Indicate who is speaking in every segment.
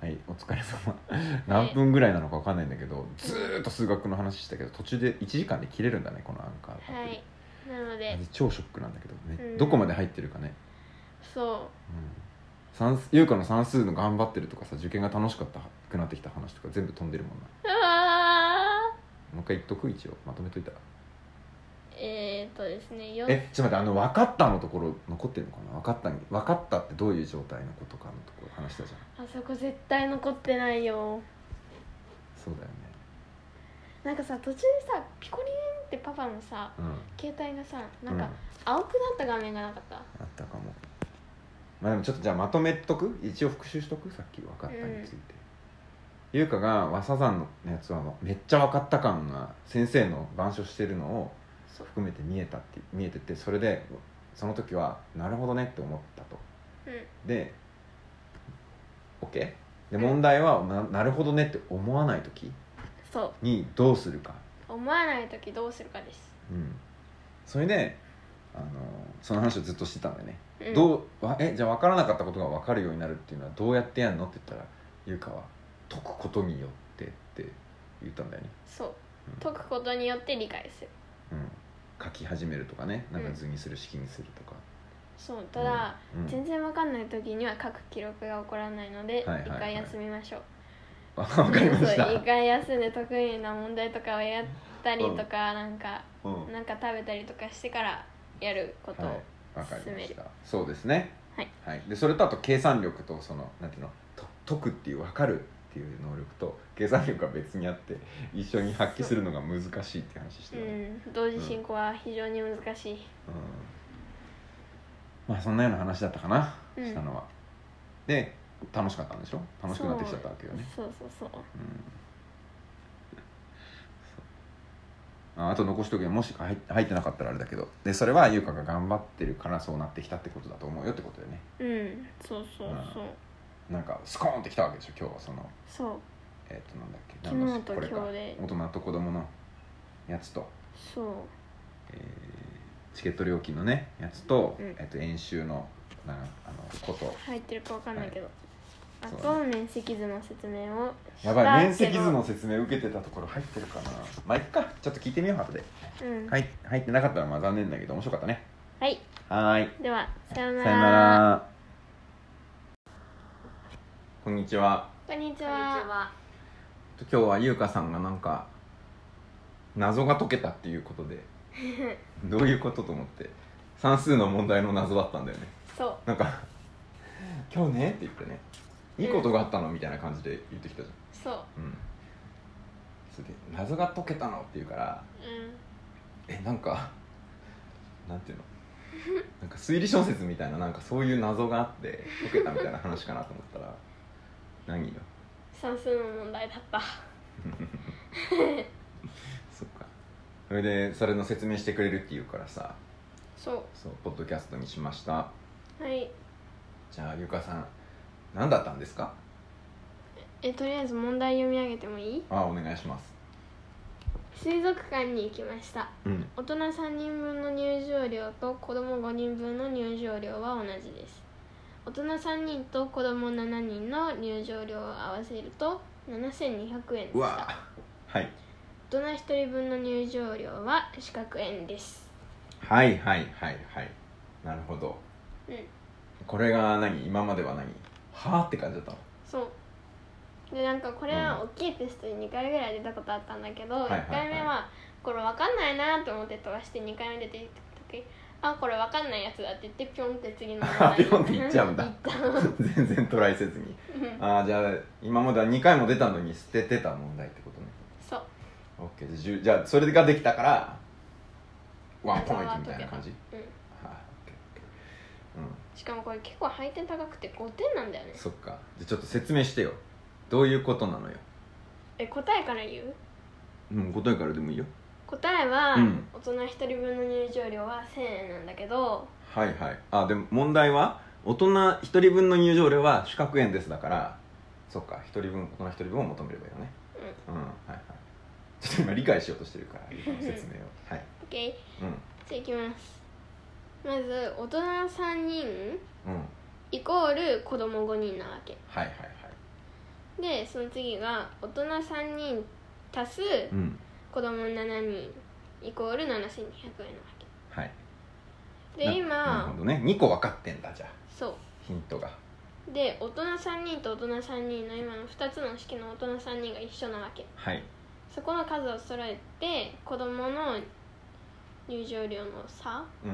Speaker 1: はいお疲れ様何分ぐらいなのかわかんないんだけど、ずーっと数学の話したけど途中で1時間で切れるんだねこのアンカーアプリ
Speaker 2: はいなので
Speaker 1: マジ超ショックなんだけどね、
Speaker 2: うん
Speaker 1: どこまで入ってるかね、
Speaker 2: そ
Speaker 1: うん算数優香の算数の頑張ってるとかさ受験が楽しかったくなってきた話とか全部飛んでるもんな
Speaker 2: ううわ
Speaker 1: もう一回言っとく一応まとめといたら
Speaker 2: ーえー、っとですねよ
Speaker 1: えちょっと待ってあの分かったのところ残ってるのかな分かったに分かったってどういう状態のことかのところ話したじゃん
Speaker 2: あそこ絶対残ってないよ
Speaker 1: そうだよね
Speaker 2: なんかさ途中でさピコリンってパパのさ
Speaker 1: うん
Speaker 2: 携帯がさなんか
Speaker 1: うん
Speaker 2: 青くなった画面がなかった
Speaker 1: あったかもまあでもちょっとじゃあまとめとく一応復習しとくさっき分かったについて、優香が和佐山のやつはめっちゃ分かった感が先生の板書してるのを
Speaker 2: そう
Speaker 1: 含めて見えたって見えててそれでその時はなるほどねって思ったと
Speaker 2: うん
Speaker 1: で OK? で
Speaker 2: ん
Speaker 1: 問題はななるほどねって思わない時
Speaker 2: そう
Speaker 1: にどうするか、
Speaker 2: 思わない時どうするかです、
Speaker 1: うん、それであのその話をずっとしてたんだよね、
Speaker 2: うん、
Speaker 1: どうわえじゃあ分からなかったことが分かるようになるっていうのはどうやってやんのって言ったら優香は「解くことによって」って言ったんだよね、
Speaker 2: そう
Speaker 1: うん
Speaker 2: 解くことによって理解する
Speaker 1: うん、書き始めるとかねなんか
Speaker 2: うん
Speaker 1: 図にする式にするとか、
Speaker 2: そうただ、
Speaker 1: うんうん
Speaker 2: 全然わかんない時には書く記録が起こらないので一、
Speaker 1: はいはいはい
Speaker 2: 回休みましょう
Speaker 1: わわかりました
Speaker 2: そう一回休んで得意な問題とかをやったりとか、なんか
Speaker 1: うん
Speaker 2: なんか食べたりとかしてからやることを、
Speaker 1: はいわかりまし
Speaker 2: 進め
Speaker 1: たそうですね
Speaker 2: はい、
Speaker 1: でそれとあと計算力とそのなんていうのと解くっていう分かるっていう能力と計算力が別にあって一緒に発揮するのが難しいって話して
Speaker 2: う
Speaker 1: たね、
Speaker 2: ん、同時進行は非常に難しい、
Speaker 1: うんまあそんなような話だったかな、
Speaker 2: うん
Speaker 1: したのはで楽しかったんでしょ楽しくなってきちゃったわけよね
Speaker 2: そうそうそうそう
Speaker 1: うんああと残しとけもし入っ入ってなかったらあれだけどでそれは優香が頑張ってるからそうなってきたってことだと思うよってことよね
Speaker 2: うんそうそうそう、
Speaker 1: なんかスコーンってきたわけでしょ今日はその
Speaker 2: そう
Speaker 1: えっ、となんだっけ
Speaker 2: 昨日と
Speaker 1: 何のこれか
Speaker 2: 今日で
Speaker 1: 大人と子供のやつと、
Speaker 2: そ
Speaker 1: えーチケット料金のねやつと,、
Speaker 2: うん
Speaker 1: えっと演習のなあのこと
Speaker 2: う入ってるかわかんないけど、
Speaker 1: い
Speaker 2: あ
Speaker 1: そうだ
Speaker 2: と面積図の説明を
Speaker 1: やばい面
Speaker 2: した
Speaker 1: 積
Speaker 2: けど
Speaker 1: 図の説明受けてたところ入ってるかなまあいっかちょっと聞いてみよう後で、
Speaker 2: うん
Speaker 1: はい、入ってなかったらまあ残念だけど面白かったね
Speaker 2: はい、
Speaker 1: はーい
Speaker 2: ではさよう
Speaker 1: さ
Speaker 2: な
Speaker 1: よ
Speaker 2: ら
Speaker 1: ならこんにちは
Speaker 2: こんにち
Speaker 3: こんにち
Speaker 2: は
Speaker 3: は。
Speaker 1: 今日は優香さんがなんか謎が解けたっていうこと でどういうことと思って算数の問題の謎だったんだよね
Speaker 2: そう
Speaker 1: なんか「今日ね」って言ってね「いいことがあったの?」みたいな感じで言ってきたじ
Speaker 2: そう
Speaker 1: ゃんうんそれで「謎が解けたの?」って言うから
Speaker 2: う
Speaker 1: えなんかなん ていうのなんか推理小説みたいななんかそういう謎があって解けたみたいな話かなと思ったら何よ
Speaker 2: ん算数の問題だった
Speaker 1: そっかそれでそれの説明してくれるって言うからさ
Speaker 2: そ
Speaker 1: そうポッドキャストにしました
Speaker 2: うはい
Speaker 1: じゃあゆかさん何だったんですか
Speaker 2: えとりあえず問題読み上げてもいい
Speaker 1: あお願いします
Speaker 2: 水族館に行きました
Speaker 1: うん
Speaker 2: 大人3人分の入場料と子供5人分の入場料は同じです大人3人と子供7人の入場料を合わせると7200
Speaker 1: う
Speaker 2: 円でした
Speaker 1: わはい
Speaker 2: 大人1人分の入場料は四角円です
Speaker 1: はいはいはいはいなるほど
Speaker 2: うん
Speaker 1: これが何今までは何はあって感じだったの
Speaker 2: そうでなんかこれは大きいテストに2回ぐらい出たことあったんだけど、
Speaker 1: いはい
Speaker 2: 1回目はこれ分かんないなと思って飛ばして2回目出てきた時あこれ分かんないやつだって言ってピョンって次の
Speaker 1: あ ピョンって行っちゃ うんだ
Speaker 2: 行った
Speaker 1: 全然トライせずにあーじゃあ今までは2回も出たのに捨ててた問題ってことね
Speaker 2: そう
Speaker 1: OK じゃあじゅじゃあそれができたからワンポイン
Speaker 2: 謎
Speaker 1: ト
Speaker 2: は解
Speaker 1: み
Speaker 2: け
Speaker 1: たいな感じ
Speaker 2: うん
Speaker 1: はい、OK OK うん
Speaker 2: しかもこれ結構配点高くて5点なんだよね
Speaker 1: そっかじゃあちょっと説明してよどういうことなのよ
Speaker 2: え答えから言う
Speaker 1: うん答えからでもいいよ
Speaker 2: 答えは、
Speaker 1: うん
Speaker 2: 大人1人分の入場料は1000円なんだけど
Speaker 1: はいはいあでも問題は大人1人分の入場料は四角円ですだからそっか1人分大人1人分を求めればいいよねうんはいはいちょっと今理解しようとしてるから今の説明をはい
Speaker 2: OK
Speaker 1: う
Speaker 2: じゃあいきますまず大人3人
Speaker 1: んうん
Speaker 2: イコール子供5人なわけ
Speaker 1: はいはいはい
Speaker 2: でその次が大人3人足す
Speaker 1: うん
Speaker 2: 子供7人イコール7200円なわ
Speaker 1: はい
Speaker 2: け
Speaker 1: な
Speaker 2: で
Speaker 1: なる
Speaker 2: 今
Speaker 1: ほどね2個分かってんだじゃあ
Speaker 2: そ
Speaker 1: ヒントが
Speaker 2: うで大人3人と大人3人の今の2つの式の大人3人が一緒なわけ
Speaker 1: はい
Speaker 2: そこの数を揃えて子供の入場料の差
Speaker 1: うん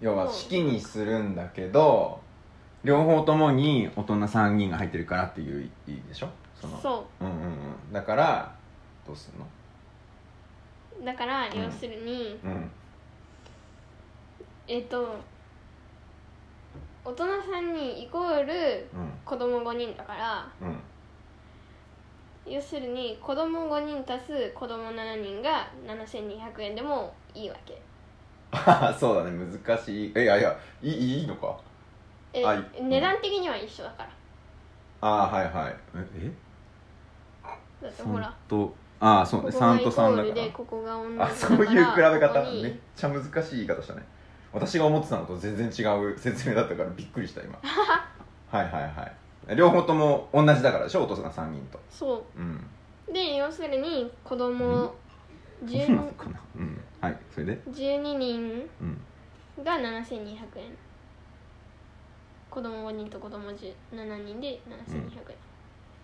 Speaker 1: 要は式にするんだけど両方ともに大人3人が入ってるからっていういいでしょその
Speaker 2: そ
Speaker 1: うんうんうんだからどうすんの
Speaker 2: うだから
Speaker 1: ん
Speaker 2: 要するに、
Speaker 1: うん
Speaker 2: えっ、と大人3人イコール
Speaker 1: うん
Speaker 2: 子供5人だから
Speaker 1: うん
Speaker 2: 要するに子供5人足す子供7人が7200円でもいいわけ
Speaker 1: あーそうだね難しいえいやいやいいいいのか
Speaker 2: え
Speaker 1: はい
Speaker 2: 値段的には一緒だから
Speaker 1: ああはいはいえ
Speaker 2: だっ
Speaker 1: え
Speaker 2: てほら
Speaker 1: とああそうね
Speaker 2: ここ
Speaker 1: 3
Speaker 2: がイ
Speaker 1: と
Speaker 2: コ
Speaker 1: 3
Speaker 2: ール
Speaker 1: だ
Speaker 2: で
Speaker 1: か
Speaker 2: ここが同じだ
Speaker 1: ら
Speaker 2: か
Speaker 1: あ
Speaker 2: ら
Speaker 1: そういう比べ方
Speaker 2: ここに
Speaker 1: めっちゃ難しい言い方したね私が思ってたのと全然違う説明だったからびっくりした今はいはいはい両方とも同じだからでしょお父さん3人と
Speaker 2: そ
Speaker 1: うん
Speaker 2: うで要するに子供
Speaker 1: そうなの
Speaker 2: 10
Speaker 1: かなうんはいそれで
Speaker 2: 12人
Speaker 1: うん
Speaker 2: が7200円子供5人と子供10 7人で7200円、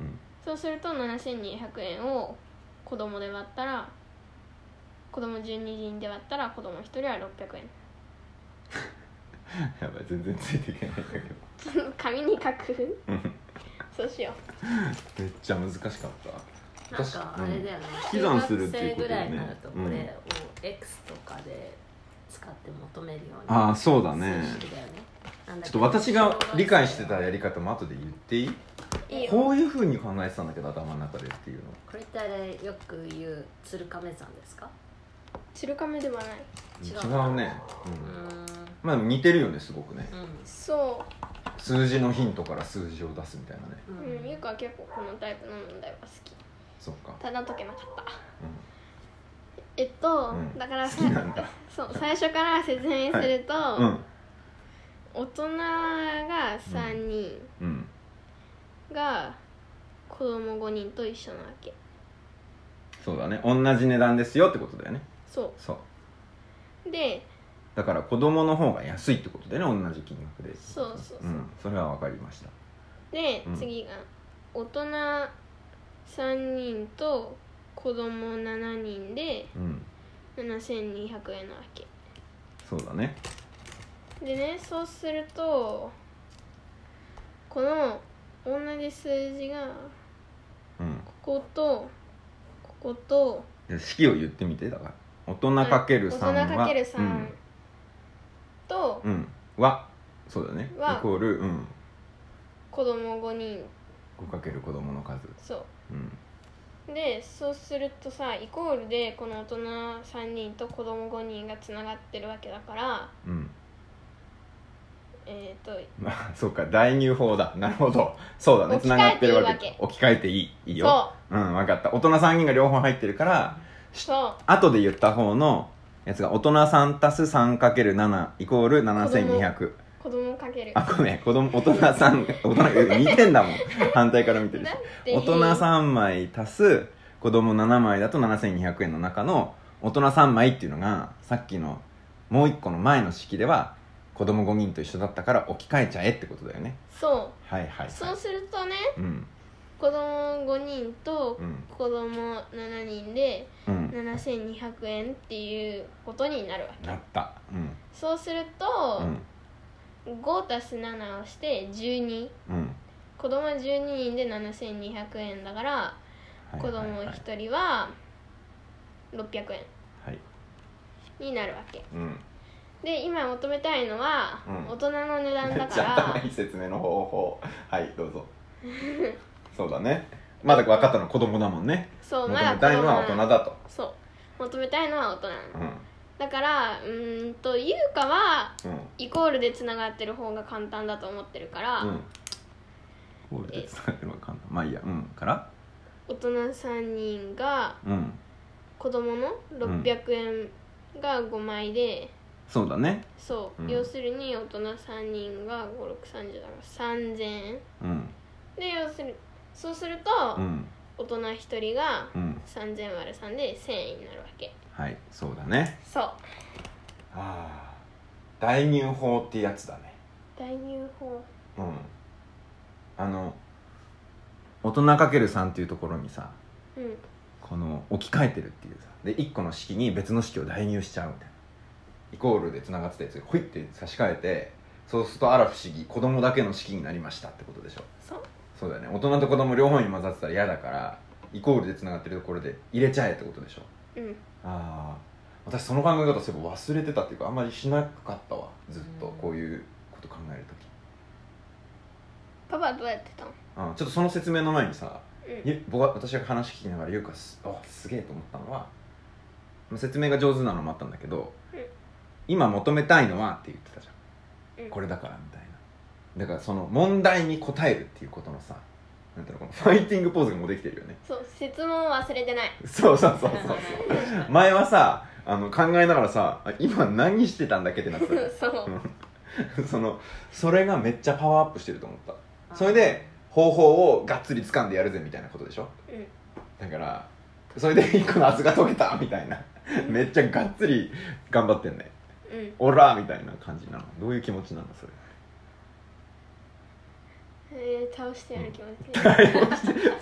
Speaker 1: うん
Speaker 2: そうすると7200円を子供で割ったら子供12人で割ったら子供1人は600円
Speaker 1: やばい全然ついていけないんだけど
Speaker 2: 紙に書く
Speaker 1: うん
Speaker 2: そうしよ
Speaker 1: めっちゃ難しかった
Speaker 3: なんかあれだよね
Speaker 1: 引き算するっていう
Speaker 3: 中学
Speaker 1: こ
Speaker 3: 生
Speaker 1: と
Speaker 3: ぐ
Speaker 1: だ
Speaker 3: ら
Speaker 1: よ
Speaker 3: い
Speaker 1: ね
Speaker 3: になるとこれを X とかで使って求めるように
Speaker 1: ああそう
Speaker 3: そ
Speaker 1: だね
Speaker 3: だよねなんだ
Speaker 1: ちょっ
Speaker 3: け
Speaker 1: と
Speaker 3: ど
Speaker 1: 私が理解してたやり方も後で言っていいう
Speaker 2: いいよ
Speaker 1: こういうふうに考えてたんだけど頭の中でっていうの
Speaker 3: これってあれよく言う鶴亀山ですか
Speaker 2: 鶴亀ではない
Speaker 3: 違
Speaker 1: 違
Speaker 3: う
Speaker 1: うね、う
Speaker 3: うんーん
Speaker 1: まあ似てるよねすごくね
Speaker 2: そ
Speaker 1: 数字のヒントから数字を出すみたいなね
Speaker 3: う
Speaker 2: う、
Speaker 3: ん
Speaker 2: う
Speaker 3: うん
Speaker 2: ん、ゆかは結構このタイプの問題は好き
Speaker 1: そっか、
Speaker 2: ただ解けなかった
Speaker 1: う
Speaker 2: えっと、
Speaker 1: うん
Speaker 2: だから
Speaker 1: 好きなんだ
Speaker 2: そう最初から説明する
Speaker 1: ん、
Speaker 2: と、
Speaker 1: うん
Speaker 2: 大人が3人、
Speaker 1: うん
Speaker 2: が子供5人と一緒なわけ
Speaker 1: そうだね同じ値段ですよってことだよね
Speaker 2: そ
Speaker 1: そう
Speaker 2: うで
Speaker 1: だから子供の方が安いってことだよね同じ金額で、
Speaker 2: そうそうそうん
Speaker 1: それは分かりました
Speaker 2: で、
Speaker 1: うん
Speaker 2: 次が大人3人と子供7人で
Speaker 1: うん
Speaker 2: 7200円なわけ
Speaker 1: そうだね
Speaker 2: でねそうするとこの同じ数字が
Speaker 1: うん
Speaker 2: こことここと
Speaker 1: で式を言ってみてだから大人かける3は
Speaker 2: 大人かける3、と
Speaker 1: うん、うん、はそうだねイ
Speaker 2: は
Speaker 1: コール、うん、
Speaker 2: 子供5人
Speaker 1: 5かける子供の数
Speaker 2: そう
Speaker 1: うん
Speaker 2: でそうするとさイコールでこの大人3人と子供5人がつながってるわけだから
Speaker 1: うん
Speaker 2: えっ、と
Speaker 1: まあそうか代入法だなるほどそうだね
Speaker 2: 置き
Speaker 1: つ
Speaker 2: 換え
Speaker 1: ながってるわ
Speaker 2: ていい
Speaker 1: け
Speaker 2: わ
Speaker 1: 置き換えていいいいよ
Speaker 2: そう
Speaker 1: うん分かった大人3人が両方入ってるから
Speaker 2: うそ
Speaker 1: 後で言った方のやつが大人3足す 3×7 イコール7200
Speaker 2: う子供かける
Speaker 1: あごめん子供大人3大 人似てんだもん反対から見てるし
Speaker 2: だって
Speaker 1: 大人3枚足す子供7枚だと7200円の中の大人3枚っていうのがさっきのもう一個の前の式では子供5人と一緒だったから置き換えちゃえってことだよね
Speaker 2: そ、
Speaker 1: はいはい、はいう
Speaker 2: そうするとね
Speaker 1: うん
Speaker 2: 子供5人と
Speaker 1: うん
Speaker 2: 子供7人で
Speaker 1: うん
Speaker 2: 7200円っていうことになるわけ
Speaker 1: なったうん
Speaker 2: そうする
Speaker 1: う
Speaker 2: と、
Speaker 1: ん
Speaker 2: 5足す7をして12
Speaker 1: うん
Speaker 2: 子供12人で7200円だから
Speaker 1: はい
Speaker 2: 子
Speaker 1: はい
Speaker 2: 供
Speaker 1: はい
Speaker 2: 一人は600円
Speaker 1: はい
Speaker 2: になるわけ
Speaker 1: うん
Speaker 2: で今求めたいのは
Speaker 1: うん
Speaker 2: 大人の値段
Speaker 1: め
Speaker 2: だ
Speaker 1: っ
Speaker 2: か
Speaker 1: ちゃ頭
Speaker 2: ら
Speaker 1: いい説明の方法はいどうぞそうだねまだ分かったのは子供だもんね
Speaker 2: そう
Speaker 1: 求
Speaker 2: まだ
Speaker 1: め
Speaker 2: 子
Speaker 1: たい
Speaker 2: 供
Speaker 1: のは大人だと
Speaker 2: そう求めたいのは大人
Speaker 1: うん
Speaker 2: だからうーんと優香は
Speaker 1: うん
Speaker 2: イコールでつながってる方が簡単だと思ってるから、
Speaker 1: うんゴールでつながるのかなまあいいやうんから
Speaker 2: 大人3人が
Speaker 1: うん
Speaker 2: 子供の600円が5枚で、
Speaker 1: そうだね
Speaker 2: そう、
Speaker 1: うん
Speaker 2: 要するに大人3人が5630だから3000円
Speaker 1: うん
Speaker 2: で要するそうすると、
Speaker 1: うん
Speaker 2: 大人1人が
Speaker 1: うん
Speaker 2: 3000割る3で1000円になるわけ
Speaker 1: はいそうだね
Speaker 2: そう
Speaker 1: ああ代入法ってやつだね
Speaker 2: 代入法
Speaker 1: うんあの大人かける3っていうところにさ
Speaker 2: うん
Speaker 1: この置き換えてるっていうさで1個の式に別の式を代入しちゃうみたいなイコールでつながってたやつホイって差し替えてそうするとあら不思議子供だけの式になりましたってことでしょ
Speaker 2: そう
Speaker 1: そうだよね大人と子供両方に混ざってたら嫌だからイコールでつながってるところで入れちゃえってことでしょ
Speaker 2: うん
Speaker 1: ああ私その考え方そういえば忘れてたっていうかあんまりしなかったわずっと
Speaker 3: うん
Speaker 1: こういうこと考える時
Speaker 2: パパはどうやってたの
Speaker 1: あちょっとその説明の前にさ
Speaker 2: うん
Speaker 1: ゆ僕は私が話聞きながら優香すあすげえと思ったのは説明が上手なのもあったんだけど、
Speaker 2: うん
Speaker 1: 今求めたいのはって言ってたじゃん、
Speaker 2: うん
Speaker 1: これだからみたいなだからその問題に答えるっていうことのさなんていうのこのファイティングポーズがもうできてるよね
Speaker 2: そう質問を忘れてない
Speaker 1: そうそうそうそう前はさあの考えながらさあ今何してたんだっけってなってたじゃん
Speaker 2: そ う
Speaker 1: そのそれがめっちゃパワーアップしてると思ったそれで方法をがっつり掴んでやるぜみたいなことでしょ
Speaker 2: うん
Speaker 1: だからそれで一個の圧が解けたみたいなめっちゃがっつり頑張ってんね
Speaker 2: うん
Speaker 1: オラみたいな感じなのどういう気持ちなのそれ
Speaker 2: えー、倒してやる気持 ち
Speaker 1: フ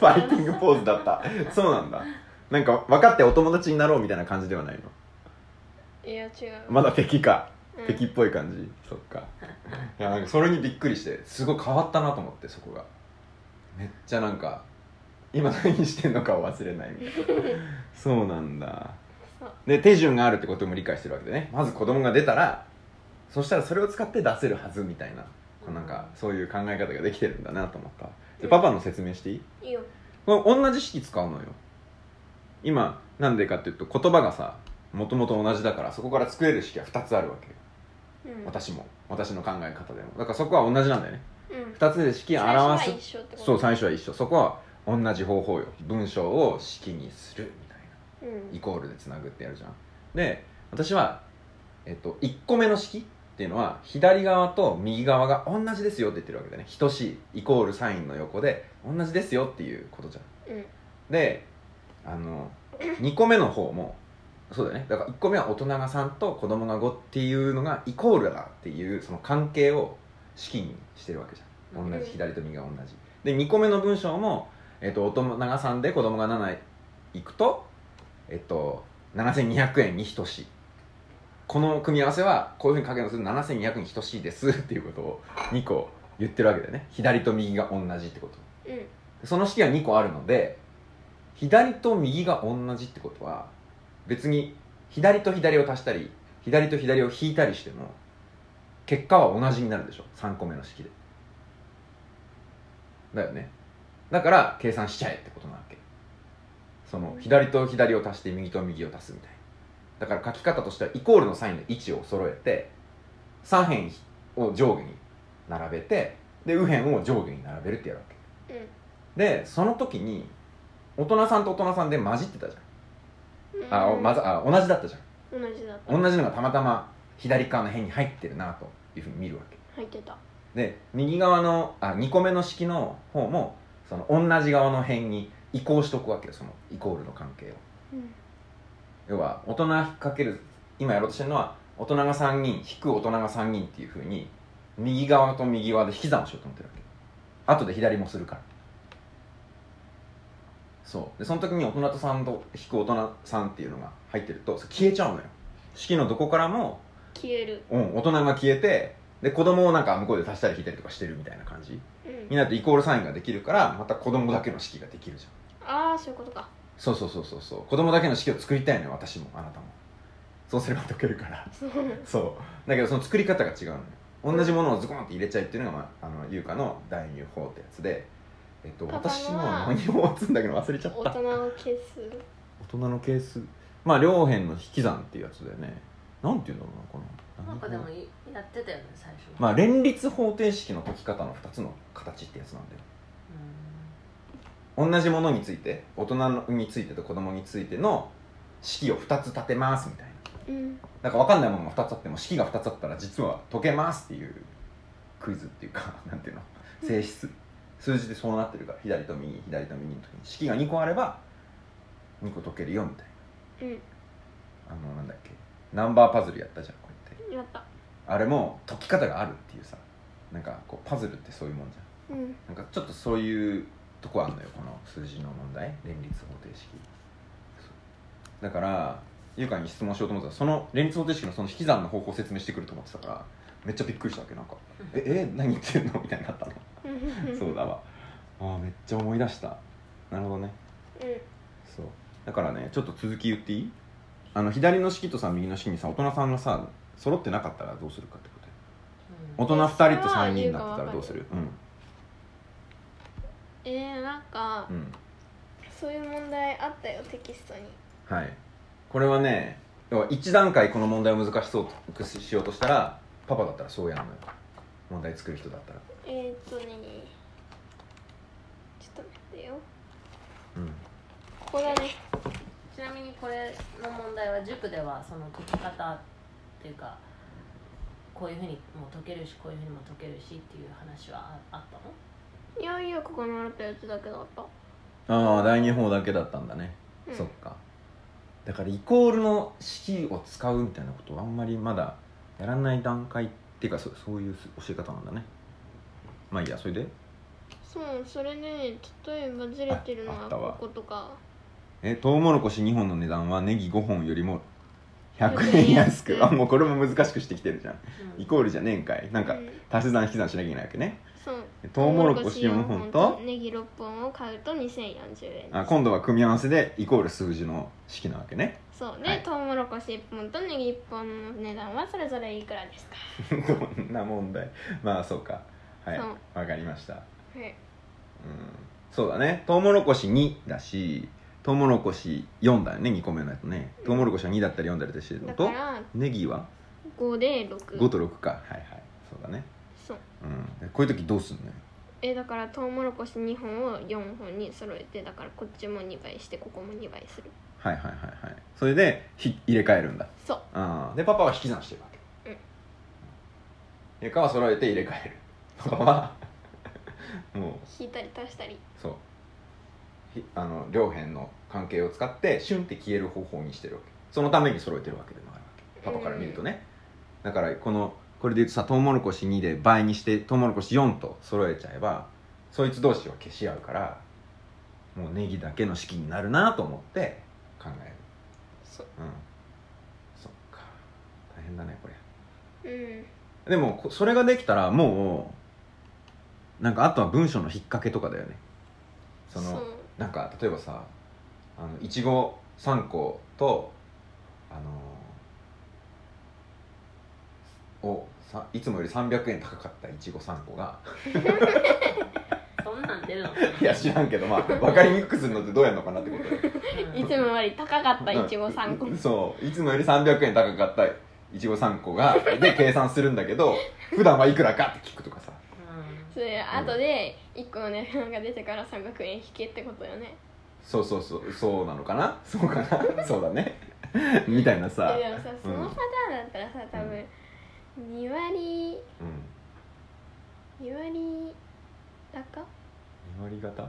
Speaker 1: ァイティングポーズだったそうなんだなんか分かってお友達になろうみたいな感じではないの
Speaker 2: いいいや違う、
Speaker 1: まだペキか
Speaker 2: うん
Speaker 1: ペキっぽい感じ、そっかいやなんかそれにびっくりしてすごい変わったなと思ってそこがめっちゃなんか今何してんのかを忘れないみたいな そうなんだ
Speaker 2: そう
Speaker 1: で手順があるってことも理解してるわけでねまず子供が出たらそしたらそれを使って出せるはずみたいな、なんかそういう考え方ができてるんだなと思ったでパパの説明していい
Speaker 2: いいよ
Speaker 1: これ同じ式使うのよ今なんでかっていうと言葉がさもともと同じだからそこから作れる式は2つあるわけよ
Speaker 2: うん
Speaker 1: 私も私の考え方でもだからそこは同じなんだよね
Speaker 2: うん
Speaker 1: 2つで式を表
Speaker 2: 最初
Speaker 1: す
Speaker 2: は一緒ってこと
Speaker 1: そう最初は一緒そこは同じ方法よ文章を式にするみたいな
Speaker 2: うん
Speaker 1: イコールでつなぐってやるじゃんで私は、えっと、1個目の式っていうのは左側と右側が同じですよって言ってるわけだね等しいイコールサインの横で同じですよっていうことじゃん
Speaker 2: うん
Speaker 1: であの2個目の方もそうだよねだから1個目は大人が3と子供が5っていうのがイコールだっていうその関係を式にしてるわけじゃん同じ
Speaker 2: うん
Speaker 1: 左と右が同じで2個目の文章も、えっと大人が3で子供が7いくとえっと7200円に等しいこの組み合わせはこういうふうに掛け算すると7200円に等しいですっていうことを2個言ってるわけだよね左と右が同じってこと
Speaker 2: うん
Speaker 1: その式が2個あるので左と右が同じってことは別に左と左を足したり左と左を引いたりしても結果は同じになるでしょ3個目の式でだよねだから計算しちゃえってことなわけその左と左を足して右と右を足すみたいなだから書き方としてはイコールのサインの位置を揃えて左辺を上下に並べてで右辺を上下に並べるってやるわけでその時に大人さんと大人さんで混じってたじ
Speaker 2: うん
Speaker 1: ゃん、あ
Speaker 2: うん
Speaker 1: まずあ同じだったじゃ
Speaker 2: 同じだった
Speaker 1: ん同じのがたまたま左側の辺に入ってるなというふうに見るわけ
Speaker 2: 入ってた
Speaker 1: で右側のあ2個目の式の方もその同じ側の辺に移行しとくわけよそのイコールの関係を
Speaker 2: うん
Speaker 1: 要は大人かける今やろうとしてるのは大人が3人引く大人が3人っていうふうに右側と右側で引き算をしようと思ってるわけ後で左もするからそうでその時に大人と3と引く大人3っていうのが入ってるとそれ消えちゃうのよ式のどこからも、
Speaker 2: 消える
Speaker 1: うん、大人が消えてで子供をなんか向こうで足したり引いたりとかしてるみたいな感じ
Speaker 2: うん
Speaker 1: になってイコールサインができるからまた子供だけの式ができるじゃん
Speaker 2: ああそういうことか
Speaker 1: そうそうそうそうそう子供だけの式を作りたいのよ私もあなたもそうすれば解けるから
Speaker 2: そう
Speaker 1: そうだけどその作り方が違うのよ同じものをズコンって入れちゃうっていうのが、まあ、あの優香の代入法ってやつで、えっと、
Speaker 2: パパのは
Speaker 1: 私のは何を打つんだけど忘れちゃっ
Speaker 2: 大
Speaker 1: た
Speaker 2: 人
Speaker 1: 大
Speaker 2: を消す
Speaker 1: 人のケースまあ両辺の引き算っていうやつだよねなんていうんだろうなこの
Speaker 3: なんかで
Speaker 1: 何法
Speaker 3: もいやってたよね最初
Speaker 1: まあ連立方程式の解き方の2つの形ってやつなんだよ
Speaker 3: う
Speaker 1: 同じものについて大人についてと子供についての式を2つ立てますみたいな
Speaker 2: うん
Speaker 1: なんか分かんないものが2つあっても式が2つあったら実は解けますっていうクイズっていうかなんていうの性質数字でそうなってるから左と右左と右の時に式が2個あれば2個解けるよみたい
Speaker 2: うん
Speaker 1: なあのなんだっけナンバーパズルやったじゃんこうやって
Speaker 2: やった
Speaker 1: あれも解き方があるっていうさなんかこうパズルってそういうもんじゃん
Speaker 2: うん
Speaker 1: なんかちょっとそういうとこあんのよこの数字の問題連立方程式そうだから優香に質問しようと思ってたらその連立方程式のその引き算の方向を説明してくると思ってたからめっちゃびっくりしたわけなんか「ええ何言ってんの?」みたいになったのそうだわあーめっちゃ思い出したなるほどね
Speaker 2: うん
Speaker 1: そうだからねちょっと続き言っていいあの左の式とさ右の式にさ大人さんがさ揃ってなかったらどうするかってことよ大人2人と3人になってたらどうするうん
Speaker 2: えー、なんか
Speaker 1: うん
Speaker 2: そういう問題あったよテキストに
Speaker 1: はいこれはね要は1段階この問題を難しそうくしようとしたらパパだったらそうやんのよ問題作る人だったら
Speaker 2: えー、っとねちょっと待ってよ
Speaker 1: うん
Speaker 2: ここだね
Speaker 3: ちなみにこれの問題は塾ではその解き方っていうかこういうふうにも解けるしこういうふうにも解けるしっていう話はああったの
Speaker 2: いやいやここのあったやつだけだった
Speaker 1: ああ第2法だけだったんだね、
Speaker 2: うん
Speaker 1: そっかだからイコールの式を使うみたいなことはあんまりまだやらない段階っていうかそそういう教え方なんだねまあいいやそれで
Speaker 2: そうそれね例えばずれてるの
Speaker 1: ああ
Speaker 2: は
Speaker 1: ったわ
Speaker 2: こことか
Speaker 1: えトウモロコシ2本の値段はネギ5本よりも100円安
Speaker 2: 100円安
Speaker 1: く
Speaker 2: く
Speaker 1: あもうこれも難しくしてきてるじゃん
Speaker 3: うん
Speaker 1: イコールじゃねえんかいなんか
Speaker 2: うん
Speaker 1: 足し算引き算しなきゃいけないわけね
Speaker 2: そう
Speaker 1: トウモロコシ4本と
Speaker 2: ネギ6本を買うと2040円
Speaker 1: あ今度は組み合わせでイコール数字の式なわけね
Speaker 2: そう
Speaker 1: は
Speaker 2: ね
Speaker 1: い
Speaker 2: トウモロコシ1本とネギ1本の値段はそれぞれいくらですか
Speaker 1: どんな問題まあそうかはい
Speaker 2: そう
Speaker 1: わかりましたうん
Speaker 2: はい
Speaker 1: そうだねトウモロコシ2だしトウモロコシ4だよね2個目のやつねトウモロコシは2だったり4だったりしてるの
Speaker 2: だ
Speaker 1: と
Speaker 2: から
Speaker 1: ネギは
Speaker 2: 5で6
Speaker 1: 5と6かはいはいそうだね
Speaker 2: そう
Speaker 1: うんこういう時どうすんのよ
Speaker 2: えだからトウモロコシ2本を4本に揃えてだからこっちも2倍してここも2倍する
Speaker 1: はいはいはいはいそれでひ入れ替えるんだ
Speaker 2: そう
Speaker 1: あーでパパは引き算してるわけ、
Speaker 2: うん
Speaker 1: ゆかは揃えて入れ替え るパパはもう
Speaker 2: 引いたり足したり
Speaker 1: そうひあの両辺の関係を使ってシュンって消える方法にしてるわけそのために揃えてるわけでもあるわけパパから見るとね、だからこのこれで言うとさトウモロコシ2で倍にしてトウモロコシ4と揃えちゃえばそいつ同士は消し合うからもうネギだけの式になるなと思って考える
Speaker 2: そう
Speaker 1: うんそっか大変だねこれ
Speaker 2: うん
Speaker 1: でもこそれができたらもうなんかあとは文章の引っ掛けとかだよねその
Speaker 2: う
Speaker 1: なんか例えばさあのいちご3個とあのをさいつもより300円高かったいちご3個が
Speaker 3: そんなん出るのか
Speaker 1: いや知らんけどまあ分かりにくくするのってどうやるのかなってことだよ
Speaker 3: な、
Speaker 2: いつもより高かったいちご3個
Speaker 1: うんそういつもより300円高かったいちご3個がで計算するんだけど普段はいくらかって聞くとかさ
Speaker 2: それ後で1個の値段が出てから300円引けってことよね
Speaker 1: そうそうそうそうなのかなそうかな そうだねみたいなさ
Speaker 2: えでもさそのパターンだったらさ多分2割
Speaker 1: うん
Speaker 2: 2割高
Speaker 1: 2割方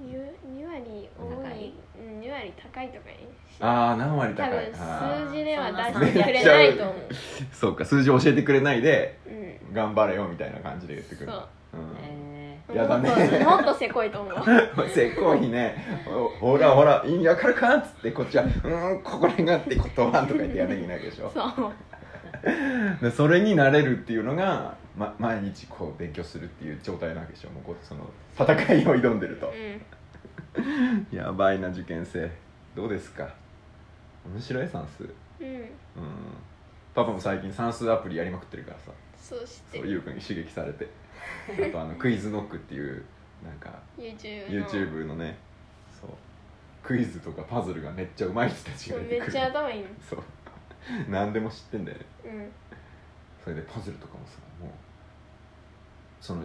Speaker 2: 2, 割多
Speaker 3: 高
Speaker 2: い
Speaker 3: い、
Speaker 2: うん、2割高いとかにし
Speaker 1: ああ何割
Speaker 2: 多
Speaker 1: 高いあ
Speaker 2: 分
Speaker 1: ー
Speaker 2: 数字では
Speaker 3: あー
Speaker 2: 出してくれないと思う、
Speaker 1: そうか数字教えてくれないで
Speaker 2: うん、
Speaker 1: 頑張れよみたいな感じで言ってくる
Speaker 2: そう
Speaker 1: うん
Speaker 3: え
Speaker 1: やだね
Speaker 2: もっともっとせこ いと思う
Speaker 1: せっこいねおほらほら意味わかるかっつってこっちは「うーんここら辺が」って言葉とか言ってやんなきゃいけないわけでしょ
Speaker 2: そう
Speaker 1: でそれになれるっていうのが、ま、毎日こう勉強するっていう状態なわけでしょもうこうその戦いを挑んでると
Speaker 2: うん
Speaker 1: やばいな受験生どうですか面白い算数うん
Speaker 2: うん
Speaker 1: パパも最近算数アプリやりまくってるからさ
Speaker 2: そうして
Speaker 1: そう
Speaker 2: る
Speaker 1: ゆうくんに刺激されてあとあのクイズノックっていうなんか
Speaker 2: YouTube の
Speaker 1: YouTube のねそうクイズとかパズルがめっちゃうまい人たちが出て
Speaker 2: め
Speaker 1: く
Speaker 2: っ
Speaker 1: る
Speaker 2: ちゃ頭いいの
Speaker 1: そう何でも知ってんだよね
Speaker 2: うん
Speaker 1: それでパズルとかもさもうその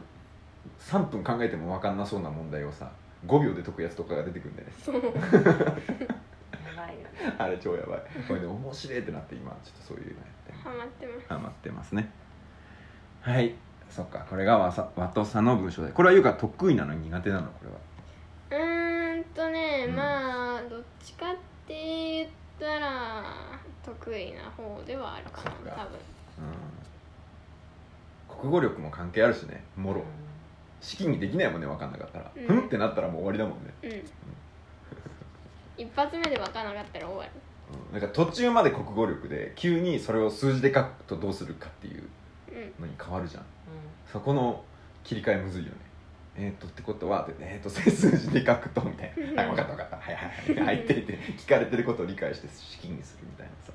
Speaker 1: 3分考えても分かんなそうな問題をさ5秒で解くやつとかが出てくるんだよね
Speaker 2: そう
Speaker 3: ー、やばいよね
Speaker 1: あれ超やばいこれで面白いってなって今ちょっとそういうのやって
Speaker 2: ハマってます
Speaker 1: ハマってますねはいそっかこれが和さ和とさの文章でこれは優香得意なの苦手なのこれは
Speaker 2: うーんとね、
Speaker 1: うん
Speaker 2: まあどっちかって言ったら得意な方ではあるかな
Speaker 1: そっか
Speaker 2: 多分
Speaker 1: うん国語力も関係あるしねもろ式にできないもんね分かんなかったら、
Speaker 2: うん
Speaker 1: ふんってなったらもう終わりだもんね、
Speaker 2: うん一発目で分からなかったら終わる
Speaker 1: うん、なんか途中まで国語力で急にそれを数字で書くとどうするかっていう
Speaker 2: うん
Speaker 1: のに変わるじゃん
Speaker 3: う
Speaker 1: そこの切り替えむずいよねえー、っとってことはってえー、っと整数字で書くとみたいな「はい分かった分かったはいはいはい」入っていて聞かれてることを理解して式にするみたいなさ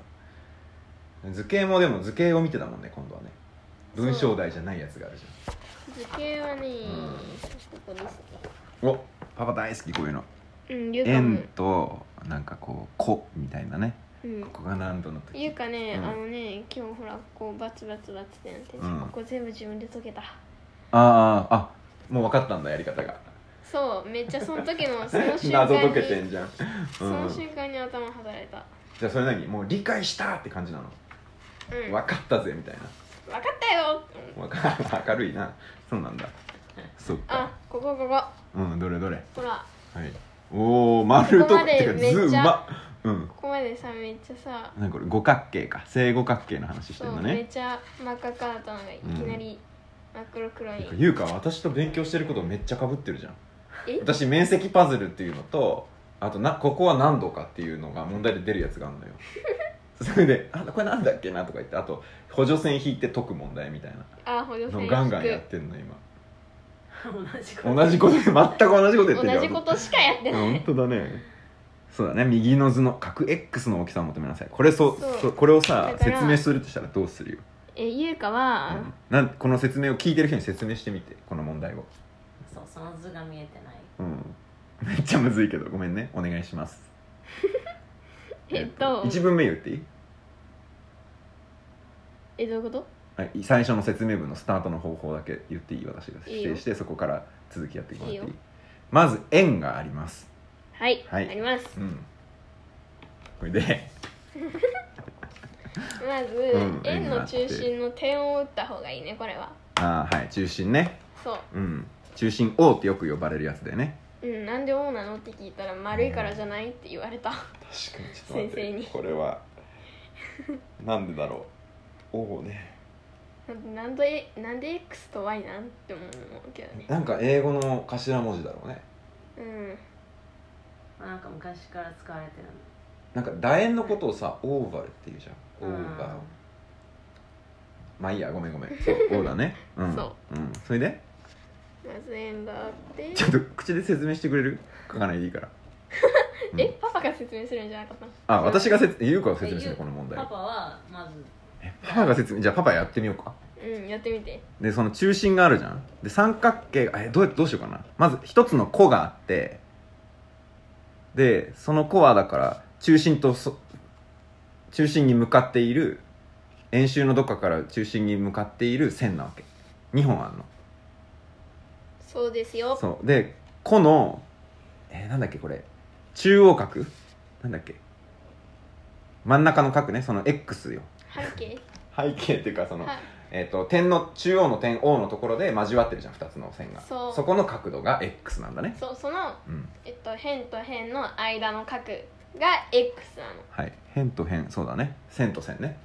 Speaker 1: 図形もでも図形を見てたもんね今度はね文章題じゃないやつがあるじ
Speaker 2: 図形はね、
Speaker 1: ん
Speaker 2: ここですね
Speaker 1: ゃんおパパ大好きこういうの
Speaker 2: うんゆうかも
Speaker 1: 円となんかこう「こ」みたいなね
Speaker 2: うん
Speaker 1: ここが何度の時
Speaker 2: ゆうかね、
Speaker 1: うん
Speaker 2: あのね今日ほらこうバツバツバツってなってるじゃん、
Speaker 1: うん
Speaker 2: ここ全部自分で解けた
Speaker 1: あああもう分かったんだやり方が
Speaker 2: そうめっちゃその時の その瞬間
Speaker 1: 謎
Speaker 2: に
Speaker 1: 解けてんじゃん、
Speaker 2: その
Speaker 1: うん、
Speaker 2: 瞬間に頭働いた
Speaker 1: じゃあそれ何もう理解したって感じなの
Speaker 2: うん分
Speaker 1: 分か
Speaker 2: か
Speaker 1: ったぜみたいな
Speaker 2: ったよ
Speaker 1: わか明るいなそうなんだそっか
Speaker 2: あここここ
Speaker 1: うんどれどれ
Speaker 2: ほら
Speaker 1: はいおお丸
Speaker 2: こ
Speaker 1: と
Speaker 2: こまで
Speaker 1: てか
Speaker 2: めっち
Speaker 1: 図
Speaker 2: ゃ
Speaker 1: うまうん
Speaker 2: ここまでさめっちゃさ
Speaker 1: 何これ五角形か正五角形の話して
Speaker 2: そ
Speaker 1: るん
Speaker 2: う
Speaker 1: だ
Speaker 2: めっ
Speaker 1: ね
Speaker 2: ちゃ真っ赤かな頭がいきなり真っ黒黒
Speaker 1: なんか
Speaker 2: に
Speaker 1: 優香私と勉強してることめっちゃかぶってるじゃん
Speaker 2: え
Speaker 1: 私面積パズルっていうのとあとなここは何度かっていうのが問題で出るやつがあるの よそれで「あこれなんだっけな」とか言ってあと補助線引いて解く問題みたいな
Speaker 2: あ補助
Speaker 1: のを
Speaker 2: 線
Speaker 1: ガンガンや
Speaker 2: 引
Speaker 1: ってんの今
Speaker 3: ん同じこと
Speaker 1: 同じことで全く同じことやって
Speaker 2: く
Speaker 1: る
Speaker 2: 同じことし かやってない、
Speaker 1: 本当だねそうだね右の図の角 X の大きさを求めなさいこれそ
Speaker 2: そう
Speaker 1: そこれをさ
Speaker 2: だから
Speaker 1: 説明するとしたらどうするよ、
Speaker 2: えゆうかは、
Speaker 1: うんなんこの説明を聞いてる人に説明してみてこの問題を、
Speaker 3: そうその図が見えてない
Speaker 1: うん、 めっちゃむずいけどごめんねお願いします
Speaker 2: えっと
Speaker 1: 1文目言っていい、
Speaker 2: えどういうこと
Speaker 1: はい、最初の説明文のスタートの方法だけ言っていい私が指定してそこから続きやってもらっていい
Speaker 2: いいよ
Speaker 1: まず円があります
Speaker 2: はい、
Speaker 1: はい
Speaker 2: あります
Speaker 1: うんこれで
Speaker 2: まず、
Speaker 1: うん
Speaker 2: 円の中心の点を打った方がいいねこれは
Speaker 1: ああはい中心ね
Speaker 2: そ
Speaker 1: うん中心 O ってよく呼ばれるやつだよね
Speaker 2: ううんなんで O なのって聞いたら丸いからじゃないって言われ た
Speaker 1: 確かにち
Speaker 2: ょっと待って先生に
Speaker 1: これはなんでだろうおおね
Speaker 2: なんでなんで X と Y なんって思うけどね
Speaker 1: なんか英語の頭文字だろうね
Speaker 2: うん
Speaker 3: まあなんか昔から使われてる
Speaker 1: なんか楕円のことをさオーバルっていうじゃんオ
Speaker 3: の
Speaker 1: ーバルまあいいやごめんごめんそう O だねうん
Speaker 2: そ
Speaker 1: うん、それで
Speaker 2: まず円があって
Speaker 1: ちょっと口で説明してくれる書かないでいいからうん
Speaker 2: えパパが説明するんじゃなかったの
Speaker 1: あ私がせつ優子が説明する
Speaker 3: え
Speaker 1: この問
Speaker 3: うん
Speaker 1: 題
Speaker 3: パパはまず
Speaker 1: えパパが説明じゃあパパやってみようか
Speaker 2: うんやってみて
Speaker 1: でその中心があるじゃんで三角形がえどうやどうしようかなまず一つの弧があってでその弧はだから中心とそ中心に向かっている円周のどっかから中心に向かっている線なわけ2本あるの
Speaker 2: そうですよ
Speaker 1: そうで弧のえーなんだっけこれ中央角なんだっけ真ん中の角ねその X よ
Speaker 2: 半径
Speaker 1: 背景っていうかその
Speaker 2: はい
Speaker 1: えー、と点の中央の点 O のところで交わってるじゃん2つの線が
Speaker 2: そう
Speaker 1: この角度が X なんだね
Speaker 2: そうその、
Speaker 1: うん
Speaker 2: えっと、辺と辺の間の角が X なの
Speaker 1: はい辺と辺そうだね線と線ね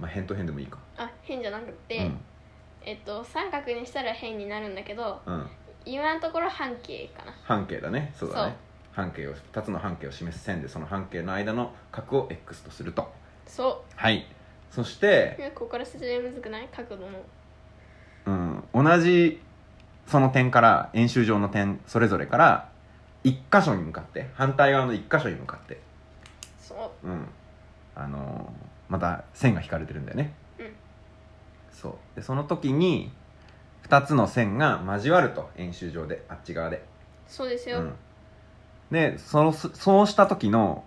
Speaker 1: まあ辺と辺でもいいか
Speaker 2: あ辺じゃなくて、
Speaker 1: うん
Speaker 2: えっと三角にしたら辺になるんだけど
Speaker 1: うん
Speaker 2: 今のところ半径かな
Speaker 1: 半径だねそうだ
Speaker 2: そう
Speaker 1: ね半径を2つの半径を示す線でその半径の間の角を X とすると
Speaker 2: そ
Speaker 1: はいそして
Speaker 2: う、ここから説明むずくない角度の
Speaker 1: うん、同じその点から円周上の点それぞれから1箇所に向かって反対側の1箇所に向かって
Speaker 2: そう
Speaker 1: うん、あのーまた線が引かれてるんだよね、
Speaker 2: うん
Speaker 1: そうでその時に2つの線が交わると円周上であっち側で、
Speaker 2: そうです
Speaker 1: う
Speaker 2: よ、
Speaker 1: ん、でそのそそうした時の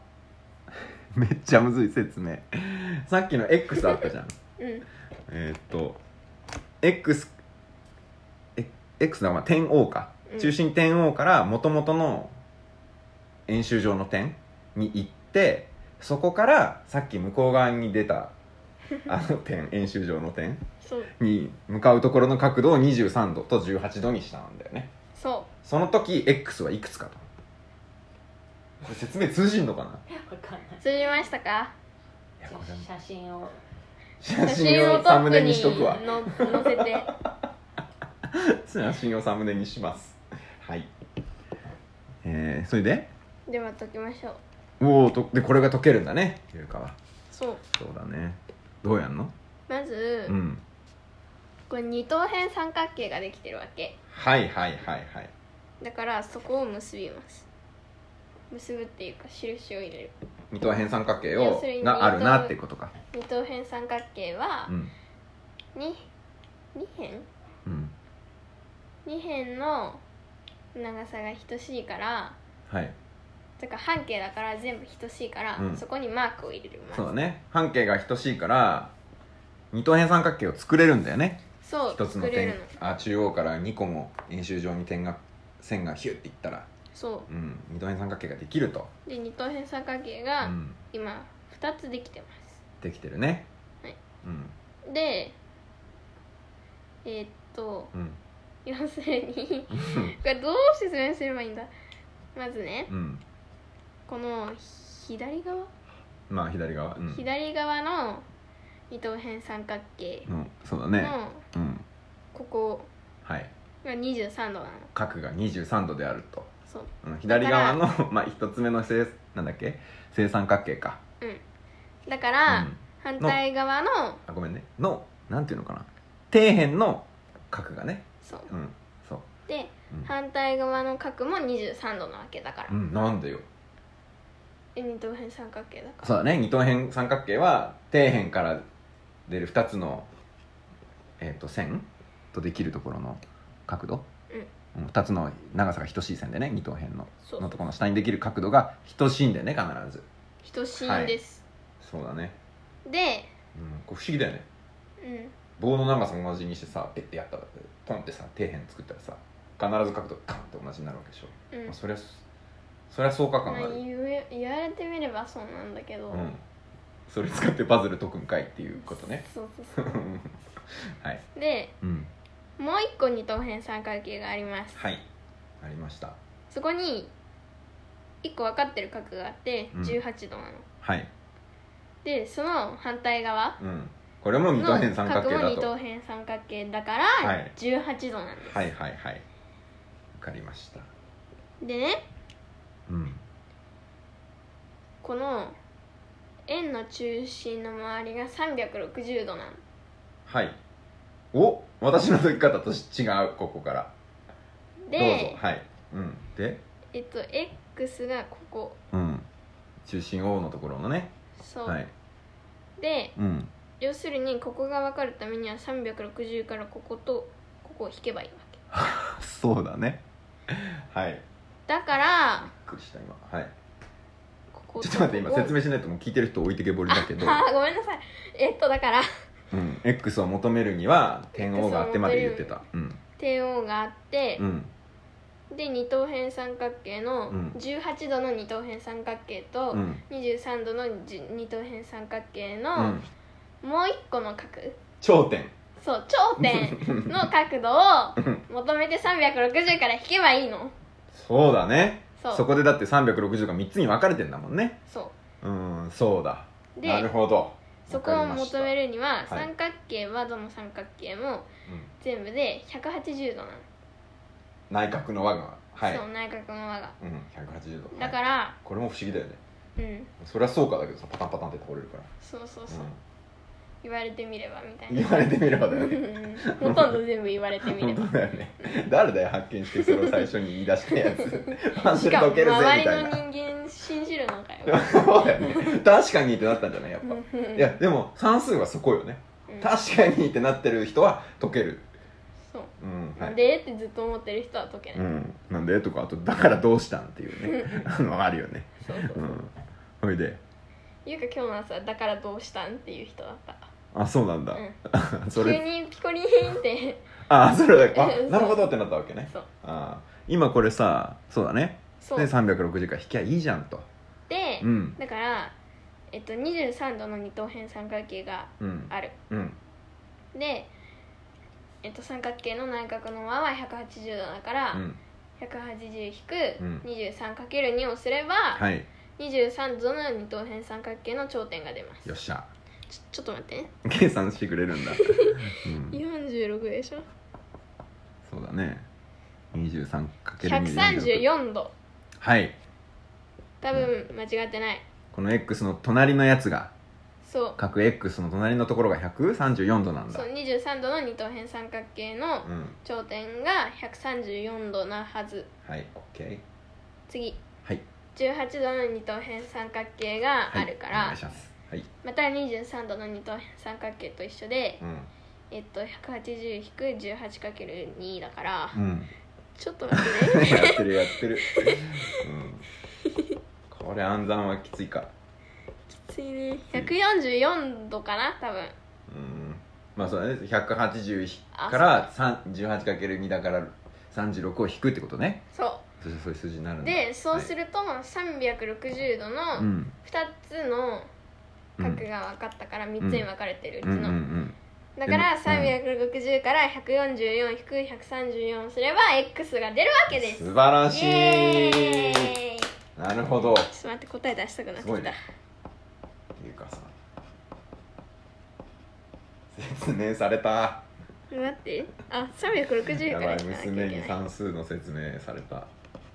Speaker 1: めっちゃむずい説明さっきの X あったじゃん
Speaker 2: うん
Speaker 1: えーっと X え X のまあ点 O か
Speaker 2: うん
Speaker 1: 中心点 O から元々の円 周上の点に行ってそこからさっき向こう側に出たあの点演習場の点
Speaker 2: そう
Speaker 1: に向かうところの角度を23度と18度にしたんだよね
Speaker 2: そ
Speaker 1: その時 X はいくつかとこれ説明通じんのかな
Speaker 3: わかんないう
Speaker 2: 通じましたか
Speaker 1: いやこれ
Speaker 3: 写真を
Speaker 1: 写真をサムネにしとくわ
Speaker 2: 写真をトップにの載せて
Speaker 1: 写真をサムネにしますはいえー、それで
Speaker 2: では解きましょう
Speaker 1: おおとでこれが解けるんだねゆうかは
Speaker 2: そう
Speaker 1: そうだねどうやんの
Speaker 2: まず、
Speaker 1: うん
Speaker 2: これ二等辺三角形ができてるわけ
Speaker 1: はいはいはいはい
Speaker 2: だからそこを結びます結ぶっていうか印を入れる
Speaker 1: 二等辺三角形
Speaker 2: 要
Speaker 1: を
Speaker 2: するに
Speaker 1: があるなってことか
Speaker 2: 二等辺三角形は
Speaker 1: うん
Speaker 2: 二二辺
Speaker 1: うん
Speaker 2: 二辺の長さが等しいから
Speaker 1: はい
Speaker 2: だから半径だから全部等しいから、
Speaker 1: うん
Speaker 2: そこにマークを入れる
Speaker 1: そうだね半径が等しいから二等辺三角形を作れるんだよね
Speaker 2: そう
Speaker 1: 一つの
Speaker 2: 作れ
Speaker 1: 点
Speaker 2: るの
Speaker 1: あ中央から2個も円周上に点が線がヒュッていったら、
Speaker 2: そ
Speaker 1: うん、二等辺三角形ができると、
Speaker 2: うで二等辺三角形
Speaker 1: う
Speaker 2: が
Speaker 1: ん、
Speaker 2: 今二つできてま
Speaker 1: できてるね
Speaker 2: はい
Speaker 1: うん
Speaker 2: すでえーっと
Speaker 1: うん
Speaker 2: 要するに これどう説明すればいいんだまずね
Speaker 1: うん
Speaker 2: この左側、
Speaker 1: まあ左側うん
Speaker 2: 左側の二等辺三角形
Speaker 1: うんそうだね
Speaker 2: の
Speaker 1: うん
Speaker 2: ここ
Speaker 1: はい
Speaker 2: が23度なの
Speaker 1: 角が23度であると、
Speaker 2: そう
Speaker 1: うん、左側のまあ1つ目の正なんだっけ正三角形か、
Speaker 2: だか
Speaker 1: うん、
Speaker 2: ら、
Speaker 1: あ
Speaker 2: 反対側の
Speaker 1: ごめんねのなんていうのかな底辺の角がね
Speaker 2: そう
Speaker 1: うんそう
Speaker 2: で
Speaker 1: うん
Speaker 2: 反対側の角も23度なわけだから、
Speaker 1: うん、なんでよ
Speaker 2: え二等辺三角形だから
Speaker 1: そうだね二等辺三角形は底辺から出る2つの、えー、と線とできるところの角度、うん、2つの長さが等しい線でね二等辺の
Speaker 2: そう
Speaker 1: のところの下にできる角度が等しいんだよね必ず
Speaker 2: 等しいんです、
Speaker 1: そうだね、
Speaker 2: で、
Speaker 1: うん、これ不思議だよね
Speaker 2: うん、
Speaker 1: 棒の長さ同じにしてさペッてやったらポンってさ底辺作ったらさ必ず角度カンって同じになるわけでしょ、
Speaker 2: うん
Speaker 1: まあ、そりゃそりゃ相加感
Speaker 2: ま
Speaker 1: あ
Speaker 2: あ
Speaker 1: る、
Speaker 2: 言え言われてみればそうなんだけど、
Speaker 1: うん、それ使ってパズル解くんかいっていうことね
Speaker 2: そうそうそ
Speaker 1: はい、
Speaker 2: うで
Speaker 1: うん、
Speaker 2: もう一個二等辺三角形があります
Speaker 1: はいありました
Speaker 2: そこに一個分かってる角があって
Speaker 1: うん
Speaker 2: 18度なの、
Speaker 1: はい、
Speaker 2: でその反対側
Speaker 1: うん、これも二
Speaker 2: の
Speaker 1: 等辺三角
Speaker 2: 角
Speaker 1: 形
Speaker 2: も
Speaker 1: だ
Speaker 2: 二
Speaker 1: と
Speaker 2: 等
Speaker 1: は
Speaker 2: 辺三角形だから
Speaker 1: はい
Speaker 2: 18度なんです、
Speaker 1: いはいはいわかりました
Speaker 2: でね
Speaker 1: うん
Speaker 2: この円の中心の周りが360度なの
Speaker 1: はいお私の解き方とし違うここからどうぞ
Speaker 2: で、
Speaker 1: はい、うん、で、
Speaker 2: えっと X がここ
Speaker 1: うん、中心 O のところのね
Speaker 2: そう、
Speaker 1: はい、
Speaker 2: で
Speaker 1: うん、
Speaker 2: 要するにここが分かるためには360からこことここを引けばいいわけ
Speaker 1: そうだねはい
Speaker 2: だから
Speaker 1: びっくりした今はい
Speaker 2: ここと
Speaker 1: ちょっと待って今説明しないともう聞いてる人置いてけぼりだ けど、
Speaker 2: ああごめんなさいえっとだから
Speaker 1: うん、X を求めるには点 O があってまで言ってたうん
Speaker 2: 帝王があって、
Speaker 1: うん
Speaker 2: で二等辺三角形の
Speaker 1: うん
Speaker 2: 18度の二等辺三角形と、
Speaker 1: うん
Speaker 2: 23度の10二等辺三角形
Speaker 1: う
Speaker 2: の
Speaker 1: ん
Speaker 2: もう一個の角、
Speaker 1: 頂点
Speaker 2: そう頂点の角度を
Speaker 1: うん
Speaker 2: 求めて360から引けばいいの
Speaker 1: そうだね
Speaker 2: そう
Speaker 1: そこでだって360が3つに分かれてんだもんね
Speaker 2: そ
Speaker 1: うんそうだ
Speaker 2: うで
Speaker 1: なるほど
Speaker 2: そこを求め
Speaker 1: る、
Speaker 2: るには
Speaker 1: わかりましたはい
Speaker 2: 三角形はどの三角形も
Speaker 1: うん
Speaker 2: 全部で180度なの、
Speaker 1: 内角の和がはい
Speaker 2: そう内角の和が
Speaker 1: うん180度、
Speaker 2: だからら、
Speaker 1: はいこれも不思議だよね
Speaker 2: うん
Speaker 1: そりゃそうかだけどさパタンパタンって倒れるから、
Speaker 2: そうそうそう、
Speaker 1: う
Speaker 2: 言われてみればみたい
Speaker 1: ん、
Speaker 2: な
Speaker 1: 言われてみればだよね
Speaker 2: うんほとんど全部言われてみれ
Speaker 1: 本
Speaker 2: ば
Speaker 1: 当だよね誰だよ発見してそれを最初に言い出したや つパン
Speaker 2: し
Speaker 1: チで
Speaker 2: かも
Speaker 1: 解け
Speaker 2: 周り
Speaker 1: るぜ
Speaker 2: の
Speaker 1: みたいな
Speaker 2: 人間信じるのかよ
Speaker 1: そうだよね 確かにってなったんじゃないやっぱ、
Speaker 2: うん
Speaker 1: いやでも算数はそこよね、
Speaker 2: うん
Speaker 1: 確かにってなってる人は解ける
Speaker 2: そう
Speaker 1: うん
Speaker 2: な
Speaker 1: は
Speaker 2: ん
Speaker 1: い
Speaker 2: でってずっと思ってる人は解け
Speaker 1: う
Speaker 2: ない、
Speaker 1: ん、なんでとかあとだからどうしたんっていうね あのあるよね
Speaker 3: そうそう
Speaker 1: う
Speaker 3: そうん
Speaker 1: ほいで
Speaker 2: ゆうか今日の朝だからどうしたんっていう人だった
Speaker 1: あそうなんだ、 そ
Speaker 2: 急
Speaker 1: れ
Speaker 2: にピコリーンって
Speaker 1: あそれだあ
Speaker 2: そう
Speaker 1: なるほどってなったわけね
Speaker 2: そう
Speaker 1: あ今これさそうだね
Speaker 2: そう
Speaker 1: で360回引きゃいいじゃんと
Speaker 2: で
Speaker 1: う、ん
Speaker 2: だからえっと、23度の二等辺三角形が
Speaker 1: うん
Speaker 2: ある
Speaker 1: うん
Speaker 2: で、えっと、三角形の内角の和は180度だから、
Speaker 1: うん
Speaker 2: 180-23×2 をすれば、
Speaker 1: はい
Speaker 2: 23度の二等辺三角形の頂点が出ます
Speaker 1: よっしゃ
Speaker 2: ちょちょっと待ってね
Speaker 1: 計算してくれる んだ、うん、
Speaker 2: 46でしょ
Speaker 1: そうだね 23×2
Speaker 2: 134度
Speaker 1: はい
Speaker 2: 多分間違ってない
Speaker 1: この x の隣のやつが
Speaker 2: そう
Speaker 1: 角 x の隣のところが134度なんだ
Speaker 2: そう23度の二等辺三角形の
Speaker 1: うん
Speaker 2: 頂点が134度なはず
Speaker 1: はい OK
Speaker 2: 次
Speaker 1: はい
Speaker 2: 18度の二等辺三角形が
Speaker 1: はい
Speaker 2: あるか
Speaker 1: お
Speaker 2: ら、
Speaker 1: 願いしますはい
Speaker 2: また23度の二等辺三角形と一緒で、
Speaker 1: うん
Speaker 2: えっと 180-18×2 だから、
Speaker 1: うん
Speaker 2: ちょっと待ってね
Speaker 1: やってるやってる、 うん、これ暗算はきついから
Speaker 2: 次ね144度かな多分
Speaker 1: うんまあそうだね180
Speaker 2: あ
Speaker 1: から3 18×2 だから36を引くってことね
Speaker 2: そ
Speaker 1: そしてそういう数字になるん
Speaker 2: う
Speaker 1: だ
Speaker 2: でそうす
Speaker 1: る、
Speaker 2: ると360度
Speaker 1: はい、う
Speaker 2: の
Speaker 1: ん
Speaker 2: 2つの
Speaker 1: うん
Speaker 2: 角が分かったから3つに分かれてるうち
Speaker 1: うんうんう
Speaker 2: の、
Speaker 1: ん
Speaker 2: だから
Speaker 1: うん
Speaker 2: 360から144-134すれば X が出るわけです
Speaker 1: 素晴ら
Speaker 2: イ
Speaker 1: し
Speaker 2: エ
Speaker 1: い
Speaker 2: ーイちょ
Speaker 1: なるほどっ
Speaker 2: っと待って答え出したくなって
Speaker 1: すご
Speaker 2: き
Speaker 1: い
Speaker 2: た
Speaker 1: ねていうかさ説明された
Speaker 2: 待ってあ360
Speaker 1: や
Speaker 2: か
Speaker 1: ば
Speaker 2: ら
Speaker 1: い
Speaker 2: しかなきゃいけ
Speaker 1: 娘に
Speaker 2: ない
Speaker 1: 算数の説明された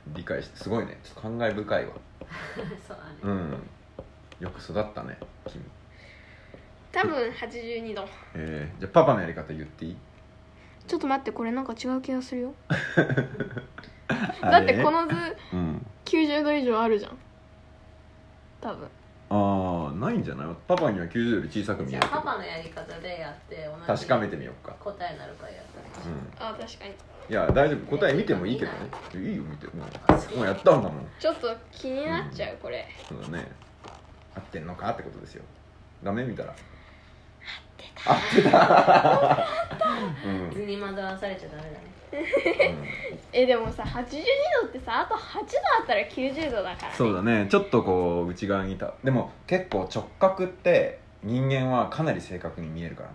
Speaker 1: 理解してすごいねちょっと感慨深いわ
Speaker 3: そうだね、
Speaker 1: うんよく育ったね君
Speaker 2: 多分82度
Speaker 1: えー、じゃあパパのやり方言っていい
Speaker 2: ちょっと待ってこれなんか違う気がするよだ
Speaker 1: あ
Speaker 2: っ
Speaker 1: れ
Speaker 2: て
Speaker 1: ね
Speaker 2: この図
Speaker 1: うん
Speaker 2: 90度以上あるじゃん多分
Speaker 1: ああないんじゃないパパには90より小さく見
Speaker 3: じ
Speaker 1: え
Speaker 3: ゃ
Speaker 1: る
Speaker 3: あ
Speaker 1: けど
Speaker 3: パパのやり方でやって同じ
Speaker 1: 確かめてみようか
Speaker 3: 答えになるからやる
Speaker 1: うん
Speaker 2: あ確かに
Speaker 1: いや大丈夫答え見てもいいけどねいいよ見てもうもうやったんだもん
Speaker 2: ちょっと気になっちゃうこれ
Speaker 1: そうだね合ってんのかってことですよ画面見たら合ってた 合ってたうん、うん
Speaker 3: 図に惑わされちゃダメだね
Speaker 2: えでもさ82度ってさあと8度あったら90度だから、ね、
Speaker 1: そうだねちょっとこう内側にいたでも結構直角って人間はかなり正確に見えるから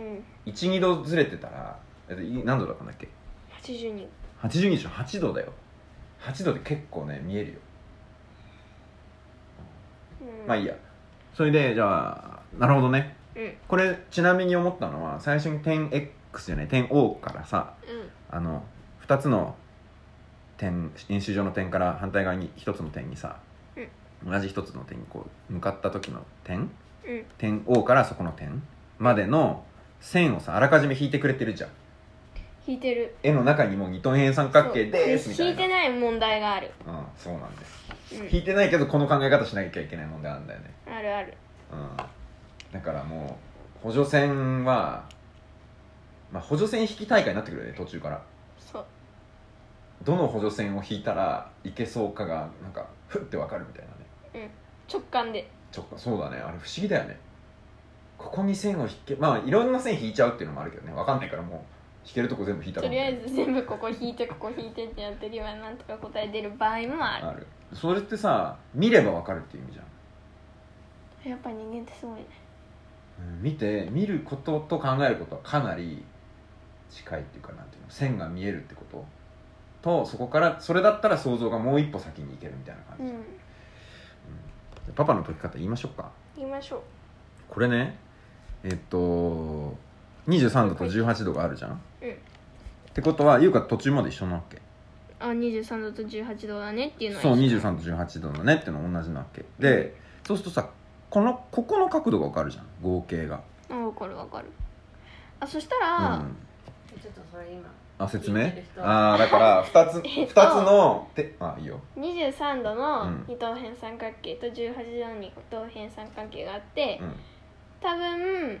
Speaker 1: ね
Speaker 2: うん
Speaker 1: 12度ずれてたらえっとい何度だったんだっけ
Speaker 2: 82
Speaker 1: 82でしょ8度だよ8度で結構ね見えるよ、
Speaker 2: うん
Speaker 1: まあいいやそれでじゃあなるほどね
Speaker 2: うんうん
Speaker 1: これちなみに思ったのは最初に点 X じゃない点 O からさあの2つの点演習上の点から反対側に1つの点にさ、同じ1つの点にこう向かった時の点
Speaker 2: うん
Speaker 1: 点 O からそこの点までの線をさあらかじめ引いてくれてるじゃん
Speaker 2: 引いてる
Speaker 1: 絵の中にもう二等辺三角形ですみたい
Speaker 2: そう
Speaker 1: な
Speaker 2: 引いてない問題がある、
Speaker 1: うん、そうなんです、
Speaker 2: うん
Speaker 1: 引いてないけどこの考え方しなきゃいけない問題なんだよね、
Speaker 2: あるある
Speaker 1: うん、だからもう補助線は、まあ、補助線引き大会になってくるよね途中から
Speaker 2: そう
Speaker 1: どの補助線を引いたらいけそうかがなんかふってわかるみたいなね
Speaker 2: 直感で
Speaker 1: ちょっとそうだねあれ不思議だよねここに線を引けまあいろんな線引いちゃうっていうのもあるけどねわかんないからもう引けるとこ全部引いた
Speaker 2: と
Speaker 1: ら
Speaker 2: りあえず全部ここ引いてここ引いてってやってればなんとか答え出る場合もある
Speaker 1: あるそれってさ見ればわかるっていう意味じゃん
Speaker 2: やっぱ人間ってすごいね
Speaker 1: うん見て見ることと考えることはかなり近いっていうかなんていうの線が見えるってこととそこからそれだったら想像がもう一歩先に行けるみたいな感
Speaker 2: う
Speaker 1: じ、
Speaker 2: ん
Speaker 1: うんパパの解き方言いましょうか
Speaker 2: 言いましょう
Speaker 1: これねえっと23度と18度があるじゃん、
Speaker 2: うん
Speaker 1: ってことは優香途中まで一緒なわけ
Speaker 2: あ23度と18度だねっていうのは
Speaker 1: そう
Speaker 2: 一緒
Speaker 1: 23と18度だねっていうのは同じなわけでそうするとさこのここの角度が分かるじゃん合計が、
Speaker 2: あ分かる分かるあそした
Speaker 1: う
Speaker 2: ら、
Speaker 1: ん、
Speaker 3: ちょっとそれ今
Speaker 1: あ説
Speaker 3: 聞
Speaker 1: 明
Speaker 3: いてる人は
Speaker 1: ああだから2つ
Speaker 2: えっ
Speaker 1: 二
Speaker 2: と
Speaker 1: つのてあいいよ
Speaker 2: 23度
Speaker 1: う
Speaker 2: の
Speaker 1: ん
Speaker 2: 二等辺三角形と18度の二等辺三角形があって、
Speaker 1: うん
Speaker 2: 多分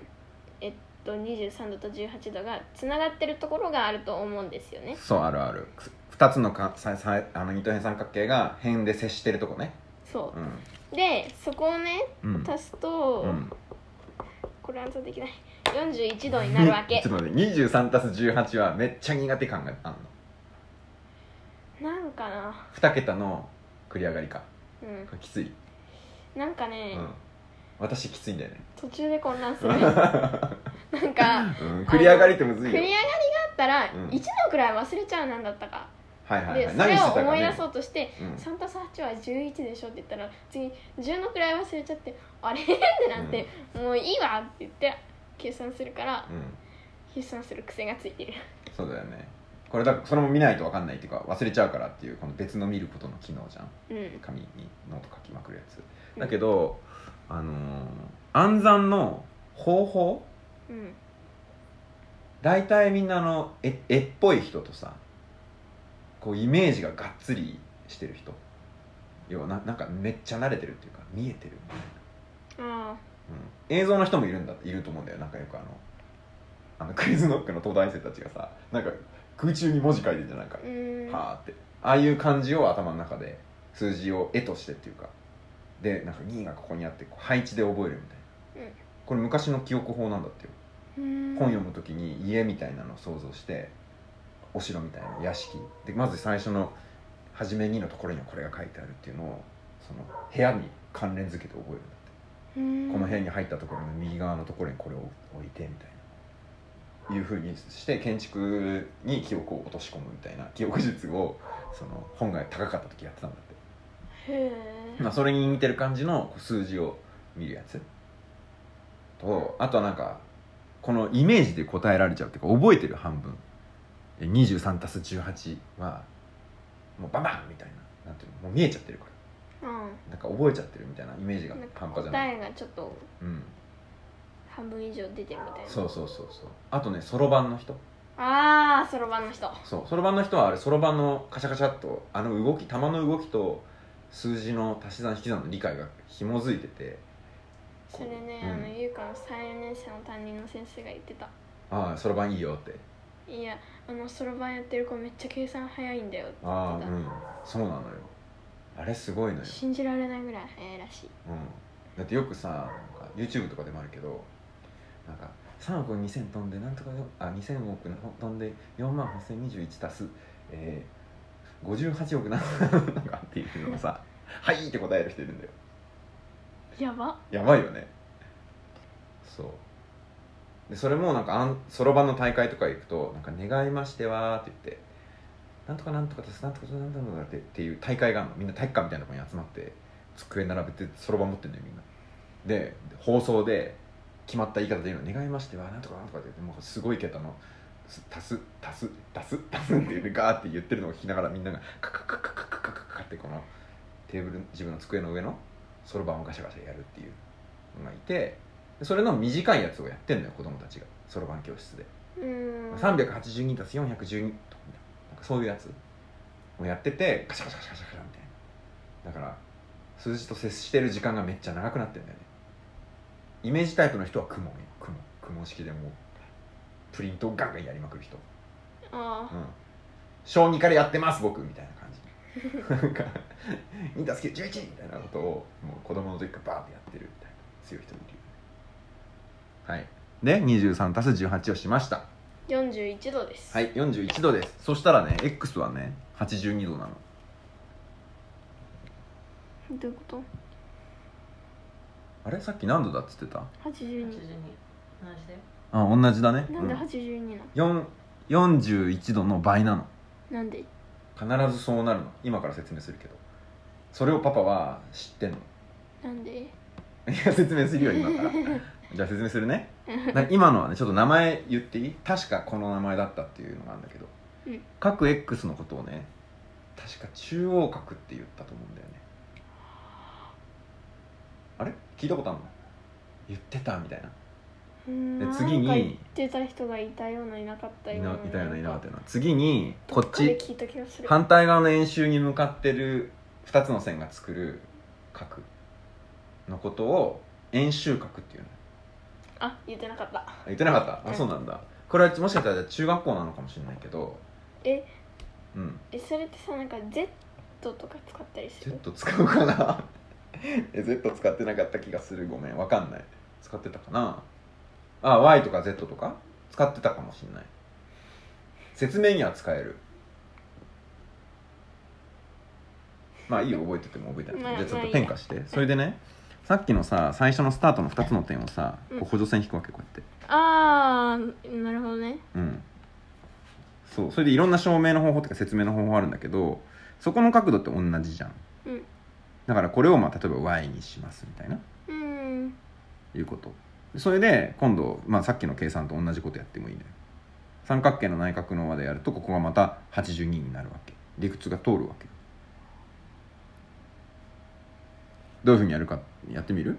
Speaker 2: えっと23度と18度がつながってるところがあると思うんですよね
Speaker 1: そうあるある2つのかささあの二等辺三角形が辺で接してるとこね
Speaker 2: そううでそこをね
Speaker 1: んうん
Speaker 2: 足すと、
Speaker 1: うん
Speaker 2: これ暗算できない41度になるわけ
Speaker 1: ちょっと待って23たす18はめっちゃ苦手感があんの
Speaker 2: なんかな
Speaker 1: 2桁の繰り上がりか
Speaker 2: うん
Speaker 1: これきつい、
Speaker 2: なんか
Speaker 1: う
Speaker 2: ね、
Speaker 1: ん、私きついんだよね、
Speaker 2: 途中で混乱す るなんか
Speaker 1: うん、繰り上がりってむず
Speaker 2: 繰
Speaker 1: い
Speaker 2: り
Speaker 1: よ
Speaker 2: 上がりがあったら
Speaker 1: うん
Speaker 2: 1年くらい忘れちゃうなんだったか、
Speaker 1: はいはい、は
Speaker 2: で
Speaker 1: い、
Speaker 2: それ
Speaker 1: 何
Speaker 2: を
Speaker 1: してたか
Speaker 2: 思い
Speaker 1: ね
Speaker 2: 出そうとして
Speaker 1: うん
Speaker 2: 3たす8は11でしょって言ったら次10の位忘れちゃってあれってなって、もういいわって言って計算するから
Speaker 1: うん、
Speaker 2: 計算する癖がついてる
Speaker 1: そうだよねこれだそれも見ないと分かんないっていうか忘れちゃうからっていうこの別の見ることの機能じゃん
Speaker 2: うん
Speaker 1: 紙にノート書きまくるやつだけど、あのー暗算の方法
Speaker 2: うん
Speaker 1: 大体みんなあの絵絵っぽい人とさこうイメージががっつりしてる人要はななんかめっちゃ慣れてるっていうか見えてるみたいな
Speaker 2: あ
Speaker 1: うん、映像の人もいるんだいると思うんだよなんかよくあのあのクイズノックの東大生たちがさなんか空中に文字書いてるじゃんないか
Speaker 2: あう、ん
Speaker 1: はーってああいう感じを頭の中で数字を絵としてっていうかでなんか2がここにあってこう配置で覚えるみたいな、
Speaker 2: うん
Speaker 1: これ昔の記憶法なんだってよ、
Speaker 2: うん
Speaker 1: 本読む時に家みたいなのを想像してお城みたいな屋敷でまず最初の初めにのところにはこれが書いてあるっていうのをその部屋に関連づけて覚えるんだって
Speaker 2: うん
Speaker 1: この辺に入ったところの右側のところにこれを置いてみたいないうふうにして建築に記憶を落とし込むみたいな記憶術をその本が高かった時やってたんだっ
Speaker 2: へ
Speaker 1: て、まあ、それに似てる感じのこう数字を見るやつとあとはなんかこのイメージで答えられちゃうっていうか覚えてる半分え23足す18はもうバンバンみたいななんていうのもう見えちゃってるから
Speaker 2: えうん
Speaker 1: なんか覚えちゃってるみたいなイメージが
Speaker 2: なんか
Speaker 1: 半端じゃない、
Speaker 2: 答えがちょっと
Speaker 1: うん、
Speaker 2: 半分以上出てるみたいな
Speaker 1: そうそうそうそうあとねそろばんの人
Speaker 2: ああそろばんの人
Speaker 1: そうそろばんの人はあれそろばんのカシャカシャっとあの動き球の動きと数字の足し算引き算の理解が紐づいてて
Speaker 2: それね、
Speaker 1: うん
Speaker 2: あの優香の3年生の担任の先生が言ってた
Speaker 1: ああそろばんいいよって
Speaker 2: いやあのそろばんやってる子めっちゃ計算早いんだよって言
Speaker 1: あ
Speaker 2: っ
Speaker 1: あ
Speaker 2: て
Speaker 1: う
Speaker 2: た、
Speaker 1: んそうなのよあれすごいのよ、
Speaker 2: 信じられないぐらい早いらしい
Speaker 1: うん、だってよくさなんか YouTube とかでもあるけどなんか3億2000飛んでなんとかよあ2000億の飛んで4万8021足す、えー、58億な なんかっていうのをさ「はい」って答える人いるんだよ
Speaker 2: やば
Speaker 1: やばいよねそうでそれもなんかあんそろばんの大会とか行くと「なんか願いましては」って言って「なんとかなんとかですなんとかなんとかなんとかって」っていう大会があるのみんな体育館みたいなところに集まって机並べてそろばん持ってんのよみんなで放送で決まった言い方で言うの「願いましてはなんとかなんとか」って言ってもうすごい桁の「す足す足す足す足す」って言ってガーって言ってるのを聞きながらみんながカカカカカカカカカってこのテーブル自分の机の上のそろばんをガシャガシャやるっていうのがいてでそれの短いやつをやってんのよ子供たちがそろばん教室で、
Speaker 2: うーん
Speaker 1: 382たす412とかみたいななんかそういうやつをやっててガシャガシャガシャガシャガシャみたいなだから数字と接してる時間がめっちゃ長くなってんだよねイメージタイプの人は雲よ雲雲式でもうプリントをガンガンやりまくる人
Speaker 2: あ
Speaker 1: うん小2からやってます僕みたいな感じなんか2たす9 11みたいなことをもう子供の時からバーってやってるみたいな強い人いるよねはいで23たす18をしました
Speaker 2: あ41度です
Speaker 1: はい41度ですそしたらね X はね82度なの
Speaker 2: どういうこと
Speaker 1: あれさっき何度だっつってた
Speaker 3: 82
Speaker 2: 82
Speaker 3: 同じだよ
Speaker 1: あ同じだね
Speaker 2: なんで82なの、
Speaker 1: うん、4 41度の倍なの
Speaker 2: なんで
Speaker 1: 必ずそうなるの今から説明するけどそれをパパは知ってんの
Speaker 2: なんで
Speaker 1: いや説明するよ今 からじゃあ説明するねな今のはねちょっと名前言っていい確かこの名前だったっていうのがあるんだけど、
Speaker 2: うん
Speaker 1: 各 X のことをね確か中央角って言ったと思うんだよねあれ聞いたことあるの言ってたみたいな
Speaker 2: うーん
Speaker 1: で次に
Speaker 2: なんか言ってた人がいたようないなかった
Speaker 1: い
Speaker 2: よう
Speaker 1: な
Speaker 2: ない
Speaker 1: たようないなかった
Speaker 2: た
Speaker 1: ような次にこっち
Speaker 2: 聞いた気がする
Speaker 1: 反対側の円周に向かってる2つの線が作る角のことを円周角っていうの
Speaker 2: あ言ってなかった
Speaker 1: 言ってなかったあそうなんだこれはもしかしたら中学校なのかもしれないけど
Speaker 2: え
Speaker 1: うん
Speaker 2: えそれってさなんか Z とか使ったりする
Speaker 1: Z 使うかな え Z 使ってなかった気がするごめんわかんない使ってたかなあ Y とか Z とか使ってたかもしれない説明には使えるまあいいよ覚えてても覚えてない、
Speaker 2: まあ
Speaker 1: じゃあちょっ
Speaker 2: まあ
Speaker 1: と
Speaker 2: いいや
Speaker 1: 転化してそれでねさっきのさ最初のスタートの2つの点をさこう補助線引くわけこうやって
Speaker 2: ああなるほどね
Speaker 1: うんそうそれでいろんな証明の方法とか説明の方法あるんだけどそこの角度って同じじゃん
Speaker 2: うん
Speaker 1: だからこれをまあ例えば y にしますみたいな
Speaker 2: うん
Speaker 1: いうことそれで今度、まあ、さっきの計算と同じことやってもいいんだよ三角形の内角の和でやるとここがまた82になるわけ理屈が通るわけどういうふうにやるかやってみる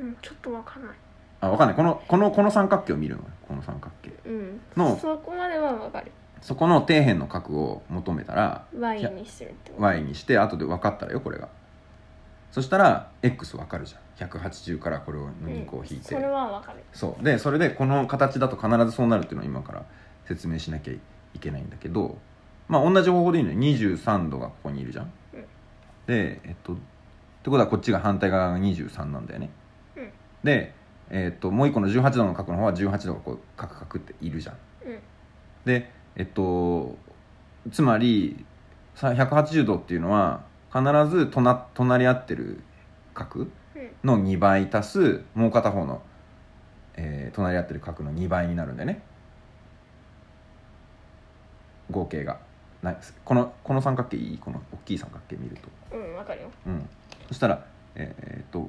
Speaker 2: うんちょっとわかんない
Speaker 1: あわかんないこのこのこの三角形を見るのよこの三角形
Speaker 2: うん
Speaker 1: の
Speaker 2: そこまではわかる
Speaker 1: そこの底辺の角を求めたら
Speaker 2: Y にするってこと
Speaker 1: y にして後で分かったらよこれがそしたら x 分かるじゃん180からこれを
Speaker 2: うん
Speaker 1: 2個を引いて、
Speaker 2: それはわかる
Speaker 1: そうでそれでこの形だと必ずそうなるっていうのを今から説明しなきゃいけないんだけどまあ同じ方法でいいのよ23度がここにいるじゃん、
Speaker 2: うん
Speaker 1: でえっとってことはこっちが反対側が23なんだよね、
Speaker 2: うん
Speaker 1: で、えっと、もう一個の18度の角の方は18度がこうカクカクっているじゃん
Speaker 2: うん
Speaker 1: でえっとつまりさ180度っていうのは必ず隣隣り合ってる角
Speaker 2: うん
Speaker 1: の2倍足すもう片方の、えー隣り合ってる角の2倍になるんだよね合計がなこのこの三角形いいこの大きい三角形見ると、
Speaker 2: うんわかるよ
Speaker 1: うん、そしたらえーえーっと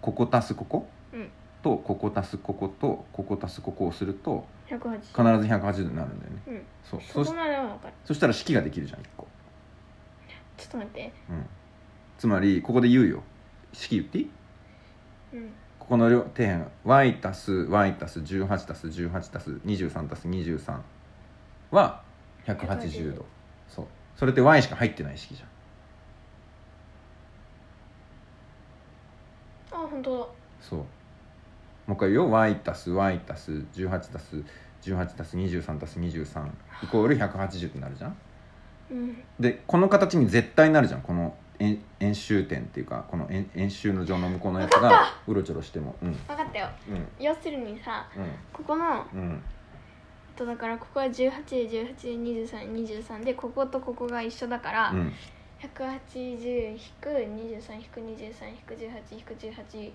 Speaker 1: ここ足すここ、
Speaker 2: うん
Speaker 1: とここ足すこことここ足すここをすると
Speaker 2: 180
Speaker 1: 必ず180度になるんだよね
Speaker 2: うん
Speaker 1: そう
Speaker 2: そ
Speaker 1: そし
Speaker 2: こまではわかる
Speaker 1: そしたら式ができるじゃん1個、
Speaker 2: ちょっと待って
Speaker 1: うん、つまりここで言うよ式言っていい
Speaker 2: うん
Speaker 1: ここの両底辺 y 足す y 足す18足す18足す23足す23は180
Speaker 2: 180
Speaker 1: 度そうそれって y しか入ってない式じゃん
Speaker 2: あ本当だ
Speaker 1: そうもう一回言うよ y 足す y 足す18足す18足す23足す23イコール180ってなるじゃん
Speaker 2: うん
Speaker 1: でこの形に絶対なるじゃんこの円円周点っていうかこの円円周の上の向こうのやつ
Speaker 2: わか
Speaker 1: がうろちょろしてもうん
Speaker 2: わかったよ
Speaker 1: うん
Speaker 2: 要するにさ
Speaker 1: う
Speaker 2: ここの
Speaker 1: んうん
Speaker 2: えっとだからここは18で18で23 23でこことここが一緒だから、
Speaker 1: うん
Speaker 2: 180引く23引く23引く18引く18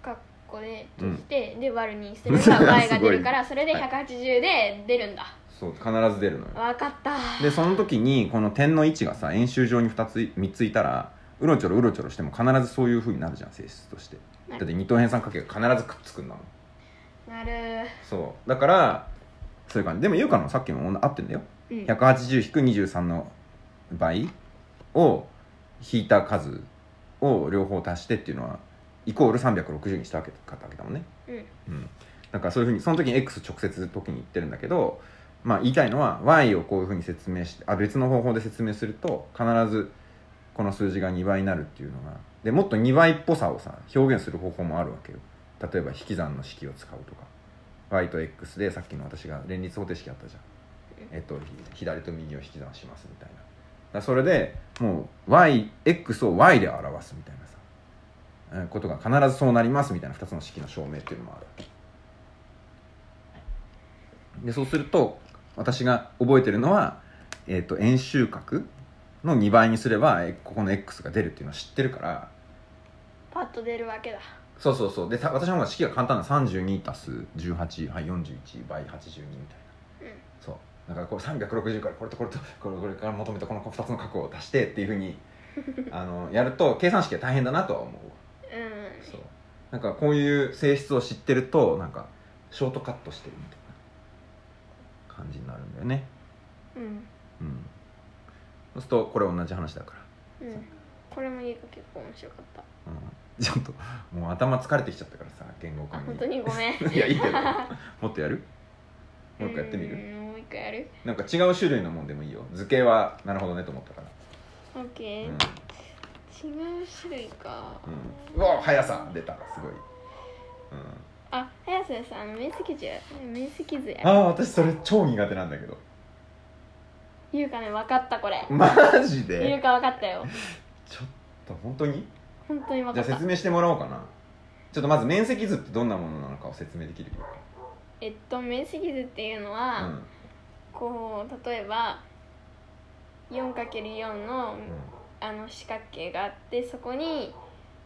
Speaker 2: かっこで閉じて、で割るにす れ
Speaker 1: すご
Speaker 2: ば
Speaker 1: い
Speaker 2: y が出るからそれで
Speaker 1: はい
Speaker 2: 180で出るんだ、
Speaker 1: そう必ず出るのよ
Speaker 2: わかった
Speaker 1: でその時にこの点の位置がさ円周上に2つ3ついたらうろちょろうろちょろしても必ずそういうふうになるじゃん性質としてだ
Speaker 2: はい
Speaker 1: って二等辺三角形が必ずくっつくんだもん
Speaker 2: なる
Speaker 1: そうだからそういう感じでも優香のさっきも合ってんだよ
Speaker 2: うん
Speaker 1: 180-23の倍を引いた数を両方足してっていうのはイコール360にしたわけかったわけだもんね
Speaker 2: うん
Speaker 1: うん、だからそういうふうにその時に X 直接時に言ってるんだけど、まあ、言いたいのは Y をこういうふうに説明してあ別の方法で説明すると必ずこの数字が2倍になるっていうのがでもっと2倍っぽさをさ表現する方法もあるわけよ例えば引き算の式を使うとか Y と X でさっきの私が連立方程式あったじゃん、えっと、ひ左と右を引き算しますみたいなだからそれでもう YX を Y で表すみたいなさうんことが必ずそうなりますみたいな2つの式の証明っていうのもあるでそうすると私が覚えてるのは、えー、と円周角の2倍にすればえここの x が出るっていうのを知ってるから
Speaker 2: パッと出るわけだ
Speaker 1: そうそうそうでた私の方が式が簡単な32足す18はい41倍82みたいな、
Speaker 2: うん
Speaker 1: そうだからこれ360からこれとこれとこれこれから求めたこの2つの角を足してっていうふう にあのやると計算式は大変だなとは思う
Speaker 2: うん
Speaker 1: そうなんかこういう性質を知ってるとなんかショートカットしてるみたいな感じになるんだよね
Speaker 2: うん
Speaker 1: うんそうするとこれ同じ話だか
Speaker 2: うんこれも結構面白かった
Speaker 1: ら、うん、ちょっともう頭疲れてきちゃったからさ言語化
Speaker 2: あ
Speaker 1: に
Speaker 2: 本当に ごめん
Speaker 1: いやいいけどもっとやるもう一回やってみる
Speaker 2: うんもう一回やる
Speaker 1: なんか違う種類のもんでもいいよ図形はなるほどねと思ったから
Speaker 2: OK、
Speaker 1: うん、うん
Speaker 2: 違う種類か、
Speaker 1: うわ速さ出たすごい、うん
Speaker 2: あ早瀬さんあの面積図や面積図
Speaker 1: あ
Speaker 2: や
Speaker 1: あ私それ超苦手なんだけど
Speaker 2: ゆうかね分かったこれ
Speaker 1: マジで
Speaker 2: ゆうか分かったよ
Speaker 1: ちょっと本当に
Speaker 2: 本当に分
Speaker 1: じ
Speaker 2: か
Speaker 1: ゃあ
Speaker 2: った
Speaker 1: 説明してもらおうかなちょっとまず面積図ってどんなものなのかを説明できるか
Speaker 2: えっと面積図っていうのは、
Speaker 1: うん
Speaker 2: こう例えば 4×4 の,、
Speaker 1: うん
Speaker 2: あの四角形があってそこに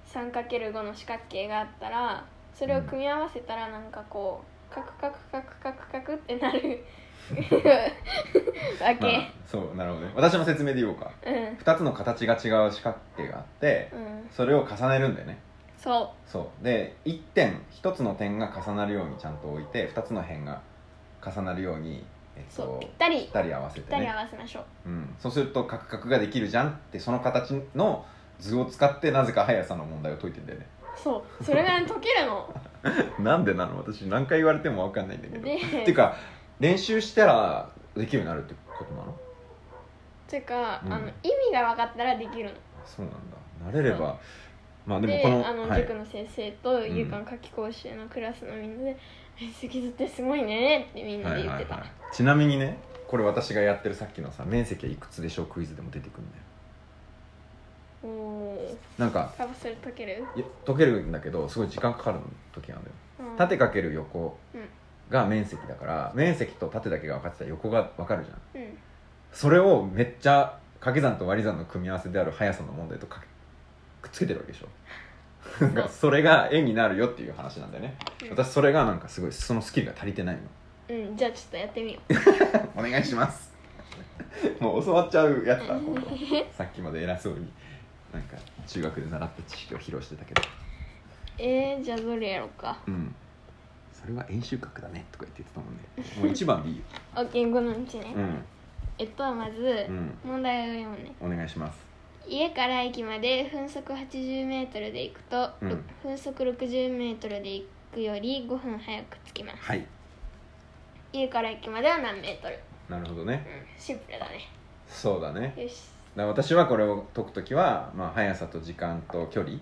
Speaker 2: 3×5 の四角形があったらそれを組み合わせたらなんかこうカクカクカクカクカクって なるわ
Speaker 1: まあ
Speaker 2: け、
Speaker 1: そうなるほどね私の説明で言おうか
Speaker 2: うん
Speaker 1: 2つの形が違う四角形があって
Speaker 2: うん
Speaker 1: それを重ねるんだよね
Speaker 2: そ
Speaker 1: そうで1点1つの点が重なるようにちゃんと置いて2つの辺が重なるように、えっ
Speaker 2: う
Speaker 1: と、
Speaker 2: そうぴったり
Speaker 1: ぴったり合わせ
Speaker 2: ぴってたり合
Speaker 1: ね、
Speaker 2: わせましょう
Speaker 1: うん、そうするとカクカクができるじゃんってその形の図を使ってなぜか速さの問題を解いてんだよね
Speaker 2: そうそれがね解け るの
Speaker 1: なんでなの私何回言われても分かんないんだけど
Speaker 2: で
Speaker 1: っていうか練習したらできるようになるってことなの
Speaker 2: てか、
Speaker 1: うん
Speaker 2: あの意味が分かったらできるの
Speaker 1: そうなんだ慣れればまあで
Speaker 2: で
Speaker 1: もこの
Speaker 2: あの、
Speaker 1: はい
Speaker 2: 塾の先生と
Speaker 1: ん
Speaker 2: 有観夏期講習のクラスのみんなで「面積図ってすごいね」ってみんな
Speaker 1: は
Speaker 2: で
Speaker 1: い
Speaker 2: 言
Speaker 1: は
Speaker 2: っ
Speaker 1: い
Speaker 2: て
Speaker 1: は
Speaker 2: た
Speaker 1: いちなみにねこれ私がやってるさっきのさ面積はいくつでしょうクイズでも出てくるんだよ
Speaker 2: おお
Speaker 1: なんか
Speaker 2: カバそれ解ける
Speaker 1: いや解けるんだけどすごい時間かかる時なんだよ
Speaker 2: うん
Speaker 1: 縦かける横
Speaker 2: うん
Speaker 1: が面積だから面積と縦だけが分かってたら横が分かるじゃん
Speaker 2: うん
Speaker 1: それをめっちゃ掛け算と割り算の組み合わせである速さの問題とかけくっつけてるわけ でしょなんかそれが絵になるよっていう話なんだよね
Speaker 2: うん
Speaker 1: 私それがなんかすごいそのスキルが足りてないの
Speaker 2: うんじゃあちょっとやってみよ
Speaker 1: お願いしますもう教わっちゃうや つだ本当さっきまで偉そうになんか中学で習った知識を披露してたけど
Speaker 2: うえー、じゃあどれやろうか
Speaker 1: うんそれは演習角だねとか言って言ってたもんね もう一番でいいよ
Speaker 2: オッケー5の1ね、
Speaker 1: うん
Speaker 2: えっとまず、
Speaker 1: うん
Speaker 2: 問題を読むね
Speaker 1: お願いします
Speaker 2: 家から駅まで分速80メートルで行くと、
Speaker 1: うん
Speaker 2: ろ分速60メートルで行くより5分早く着きます
Speaker 1: はい
Speaker 2: 家から駅までは何メートル
Speaker 1: なるほどね
Speaker 2: うんシンプルだね
Speaker 1: そうだね
Speaker 2: よし
Speaker 1: だから私はこれを解く時は、まあ、速さと時間と距離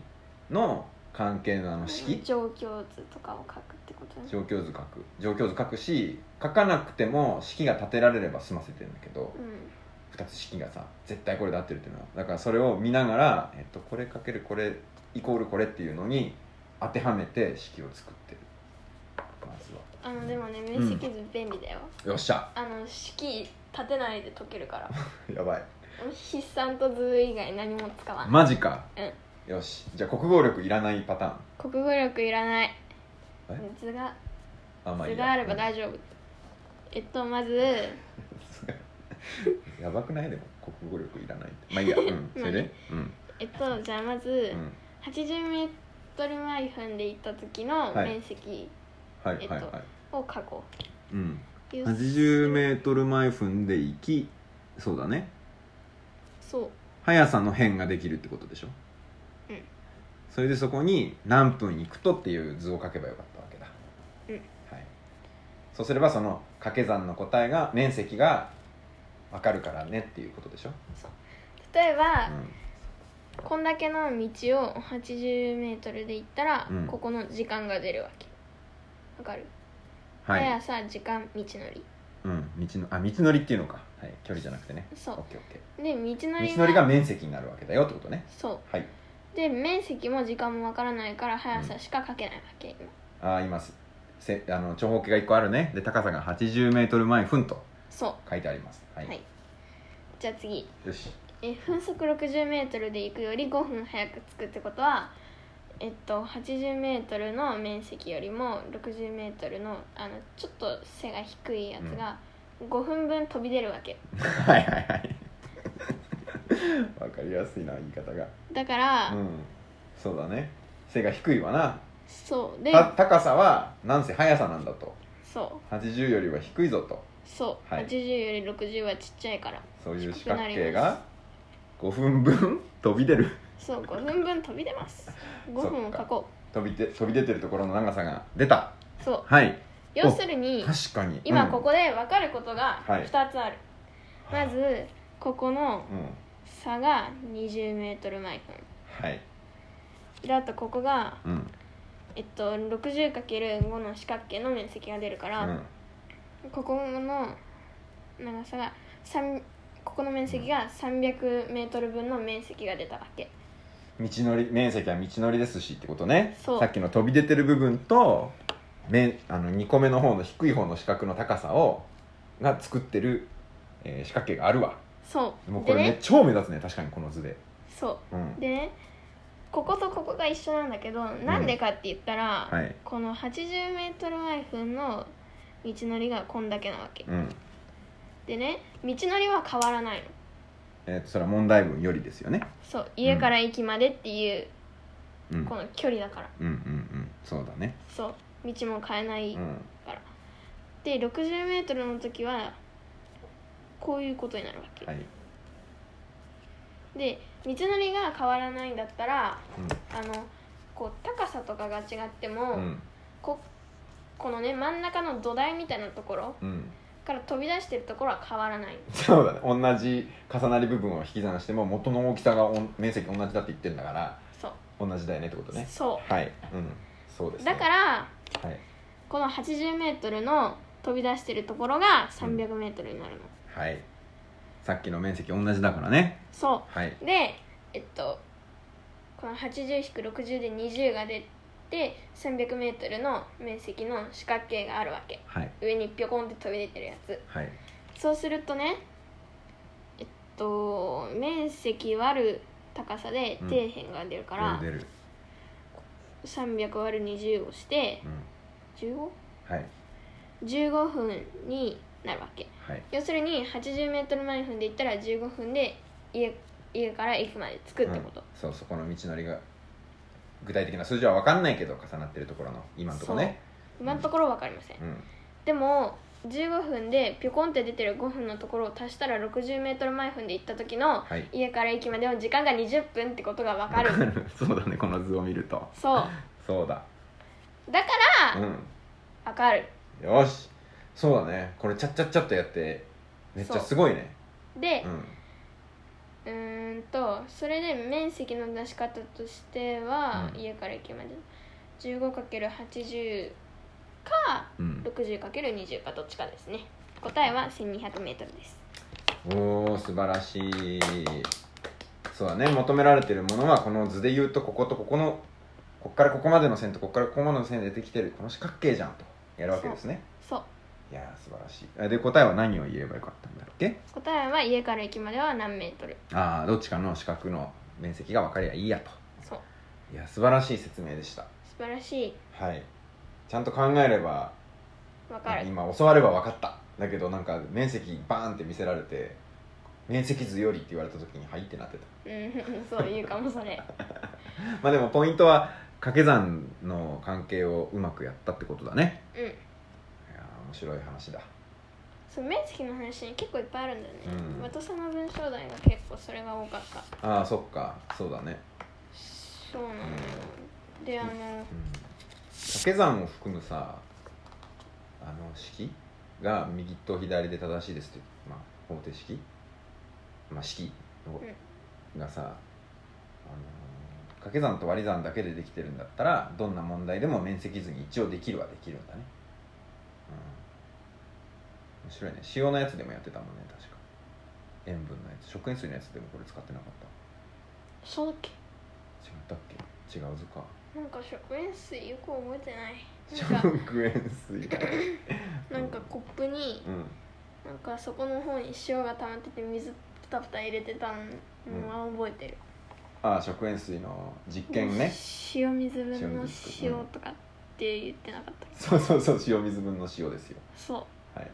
Speaker 1: の関係のあの式
Speaker 2: 状況図とかを書くってことね
Speaker 1: 状況図書く状況図書くし書かなくても式が立てられれば済ませてるんだけど
Speaker 2: う
Speaker 1: 2つ式がさ絶対これで合ってるっていうのはだからそれを見ながら、えっと、これかけるこれイコールこれっていうのに当てはめて式を作ってるまずは
Speaker 2: んあのでもね面
Speaker 1: ん
Speaker 2: 積図便利だよ、
Speaker 1: よっしゃ
Speaker 2: あの式立てないで解け るから
Speaker 1: やばい
Speaker 2: 筆算と図以外何も使わない、
Speaker 1: マジか
Speaker 2: うん
Speaker 1: よしじゃあ国語力いらないパターン
Speaker 2: 国語力いらない
Speaker 1: え
Speaker 2: 図が
Speaker 1: あま
Speaker 2: 図があれば
Speaker 1: 丈
Speaker 2: 大丈夫えっとまず
Speaker 1: 夫やばくないでも国語力いらないってまあいい や、うん、それでうん
Speaker 2: えっとじゃあまず
Speaker 1: うん
Speaker 2: 80メートル毎分で行った時の
Speaker 1: はい
Speaker 2: 面積
Speaker 1: はい
Speaker 2: えっと
Speaker 1: はいはい、
Speaker 2: を書こ
Speaker 1: うん
Speaker 2: う、よし
Speaker 1: 80メートル毎分で行きそうだね
Speaker 2: そう
Speaker 1: 速さの変ができるってことでしょ
Speaker 2: うん
Speaker 1: それでそこに何分行くとっていう図を書けばよかったわけだ
Speaker 2: うん
Speaker 1: はいそうすればその掛け算の答えが面積がわかるからねっていうことでしょ、
Speaker 2: 例えば、
Speaker 1: う
Speaker 2: こんだけの道を80メートルで行ったら、
Speaker 1: うん
Speaker 2: ここの時間が出るわけわかる、
Speaker 1: ん、はい、
Speaker 2: 速さ時間道のり
Speaker 1: うん道のあ道のりっていうのかはい距離じゃなくてね
Speaker 2: そ
Speaker 1: オッ
Speaker 2: う
Speaker 1: ケーオッケ
Speaker 2: で道のりが
Speaker 1: ー道のりが面積になるわけだよってことね
Speaker 2: そ
Speaker 1: はい。
Speaker 2: うで面積も時間もわからないから速さしか書けないわけ、今
Speaker 1: あー今すせあの長方形が1個あるねで高さが8 0ル毎分と
Speaker 2: そ
Speaker 1: 書いてありますはい、
Speaker 2: うはいじゃあ次
Speaker 1: よし
Speaker 2: え分速60メートルで行くより5分早く着くってことはえっと80メートルの面積よりも60メートルのあのちょっと背が低いやつが5分分飛び出るわけ
Speaker 1: はいはいはいわかりやすいな言い方が
Speaker 2: だから、
Speaker 1: うんそうだね背が低いわな
Speaker 2: そうで
Speaker 1: た高さはなんせ速さなんだと
Speaker 2: そう
Speaker 1: 80よりは低いぞと
Speaker 2: そう、
Speaker 1: はい
Speaker 2: 80より60はちっちゃいから
Speaker 1: そういう四
Speaker 2: 低く
Speaker 1: 角
Speaker 2: なりま
Speaker 1: 形
Speaker 2: す
Speaker 1: が5分分飛び出る
Speaker 2: そう5分分飛び 出ます5分を書こ
Speaker 1: 飛びて飛び出てるところの長さが出た
Speaker 2: うそう
Speaker 1: はい
Speaker 2: 要するに
Speaker 1: 確かに
Speaker 2: 今こ
Speaker 1: こ、
Speaker 2: こで分かることが
Speaker 1: はい
Speaker 2: 2つある、まずここの
Speaker 1: うん、
Speaker 2: 差が 20m 毎分
Speaker 1: はい
Speaker 2: であとここが、
Speaker 1: うん
Speaker 2: えっと、60×5 の四角形の面積が出るから、
Speaker 1: うん
Speaker 2: ここの長さが3ここの面積が 300m 分の面積が出たわけ
Speaker 1: 道のり面積は道のりですしってことね
Speaker 2: そう
Speaker 1: さっきの飛び出てる部分と面あの2個目の方の低い方の四角の高さをが作ってる、えー四角形があるわ
Speaker 2: そう
Speaker 1: もうこれ
Speaker 2: で
Speaker 1: ね
Speaker 2: ね
Speaker 1: 超目立つね確かにこの図で
Speaker 2: そう
Speaker 1: うん
Speaker 2: でねこことここが一緒なんだけどなんでかって言ったら、
Speaker 1: はい
Speaker 2: この 80m ワイフの道のりがこんだけなわけ
Speaker 1: うん
Speaker 2: でね道のりは変わらないの
Speaker 1: えー、とそれは問題文よりですよね
Speaker 2: そう家から駅までっていう
Speaker 1: うんうん
Speaker 2: この距離だから
Speaker 1: うんうんそうだね
Speaker 2: そう道も変えな
Speaker 1: う
Speaker 2: い
Speaker 1: ん
Speaker 2: からで 60m の時はこういうことになるわけよ
Speaker 1: はい
Speaker 2: で道のりが変わらないんだったら
Speaker 1: う
Speaker 2: あのこう高さとかが違って
Speaker 1: ん
Speaker 2: も、
Speaker 1: うん
Speaker 2: ここのね真ん中の土台みたいなところ
Speaker 1: うん
Speaker 2: から飛び出してるところは変わらない
Speaker 1: そうだね同じ重なり部分を引き算しても元の大きさがおん面積同じだって言ってるんだから
Speaker 2: そう
Speaker 1: 同じだよねってことね
Speaker 2: そ
Speaker 1: はいうんそうです、
Speaker 2: う
Speaker 1: ね、
Speaker 2: だから
Speaker 1: らはい、
Speaker 2: この 80m の飛び出してるところが 300m になるの、
Speaker 1: はい、さっきの面積同じだからね
Speaker 2: そ
Speaker 1: はい、
Speaker 2: うでえっとこの80-60で20が出て 300m の面積の四角形があるわけ
Speaker 1: はい
Speaker 2: 上にピョコンって飛び出てるやつ
Speaker 1: はい
Speaker 2: そうするとねえっと面積割る高さで
Speaker 1: うん
Speaker 2: 底辺が出るから、
Speaker 1: 出る出る
Speaker 2: 300割る20をして
Speaker 1: うん
Speaker 2: 15?15
Speaker 1: はい
Speaker 2: 分になるわけ
Speaker 1: はい
Speaker 2: 要するに 80m 毎分で言ったら15分で家家から駅まで着くってこと、
Speaker 1: うん、そうそこの道のりが具体的な数字は分かんないけど重なってるところの今のところね
Speaker 2: 今のところ分かりません
Speaker 1: うん
Speaker 2: でも15分でピョコンって出てる5分のところを足したら 60m 毎分で行った時の
Speaker 1: はい
Speaker 2: 家から駅までの時間が20分ってことが分かる
Speaker 1: わかる そうだねこの図を見ると
Speaker 2: そう
Speaker 1: そうだ
Speaker 2: だか
Speaker 1: う
Speaker 2: ら分かる
Speaker 1: んよしそうだねこれちゃっちゃっちゃっとやってめっちゃすごいね
Speaker 2: で、
Speaker 1: うん
Speaker 2: うーんとそれで面積の出し方としては、
Speaker 1: うん
Speaker 2: 家から駅まで 15×80 か
Speaker 1: うん、
Speaker 2: 60×20 かどっちかですね答えは 1200m です
Speaker 1: おお素晴らしいそうだね求められてるものはこの図で言うとこことここのこっからここまでの線とこっからここまでの線で出てきてるこの四角形じゃんとやるわけですね
Speaker 2: そう
Speaker 1: いやー素晴らしいあで答えは何を言えばよかったんだっけ
Speaker 2: 答えは家から駅までは何メートル
Speaker 1: ああどっちかの四角の面積が分かりゃいいやと
Speaker 2: そう
Speaker 1: いや素晴らしい説明でした
Speaker 2: 素晴らしい
Speaker 1: はいちゃんと考えれば
Speaker 2: わかる
Speaker 1: 今教われば分かっただけどなんか面積バーンって見せられて面積図よりって言われた時にはいってなってた
Speaker 2: うん そういうかもそれ
Speaker 1: まあでもポイントは掛け算の関係をうまくやったってことだね
Speaker 2: うん
Speaker 1: いやー面白い話だ
Speaker 2: そう面積の話に結構いっぱいあるんだよね、
Speaker 1: うん
Speaker 2: 私の文章題が結構それが多かった
Speaker 1: ああそっかそうだね、
Speaker 2: そうなのよであの
Speaker 1: うん、掛け算を含むさあの式が右と左で正しいですっていう、まあ、方程式、まあ、式の、がさ、あのー掛け算と割り算だけでできてるんだったらどんな問題でも面積図に一応できるはできるんだね、うん、面白いね仕様のやつでもやってたもんね確か塩分のやつ食塩水のやつでもこれ使ってなかった
Speaker 2: そうだっけ
Speaker 1: 違ったっけ違う図か
Speaker 2: なんか食塩水よく覚えてないなんか
Speaker 1: 食塩水
Speaker 2: なんかコップに
Speaker 1: うん
Speaker 2: なんかそこの方に塩が溜まってて水プタプタ入れてたのは覚えてる、
Speaker 1: ああ食塩水の実験ね
Speaker 2: 塩水分の
Speaker 1: 塩水
Speaker 2: 塩
Speaker 1: 分
Speaker 2: とかって言ってなかったっけ
Speaker 1: そうそうそう塩水分の塩ですよ
Speaker 2: そ
Speaker 1: はい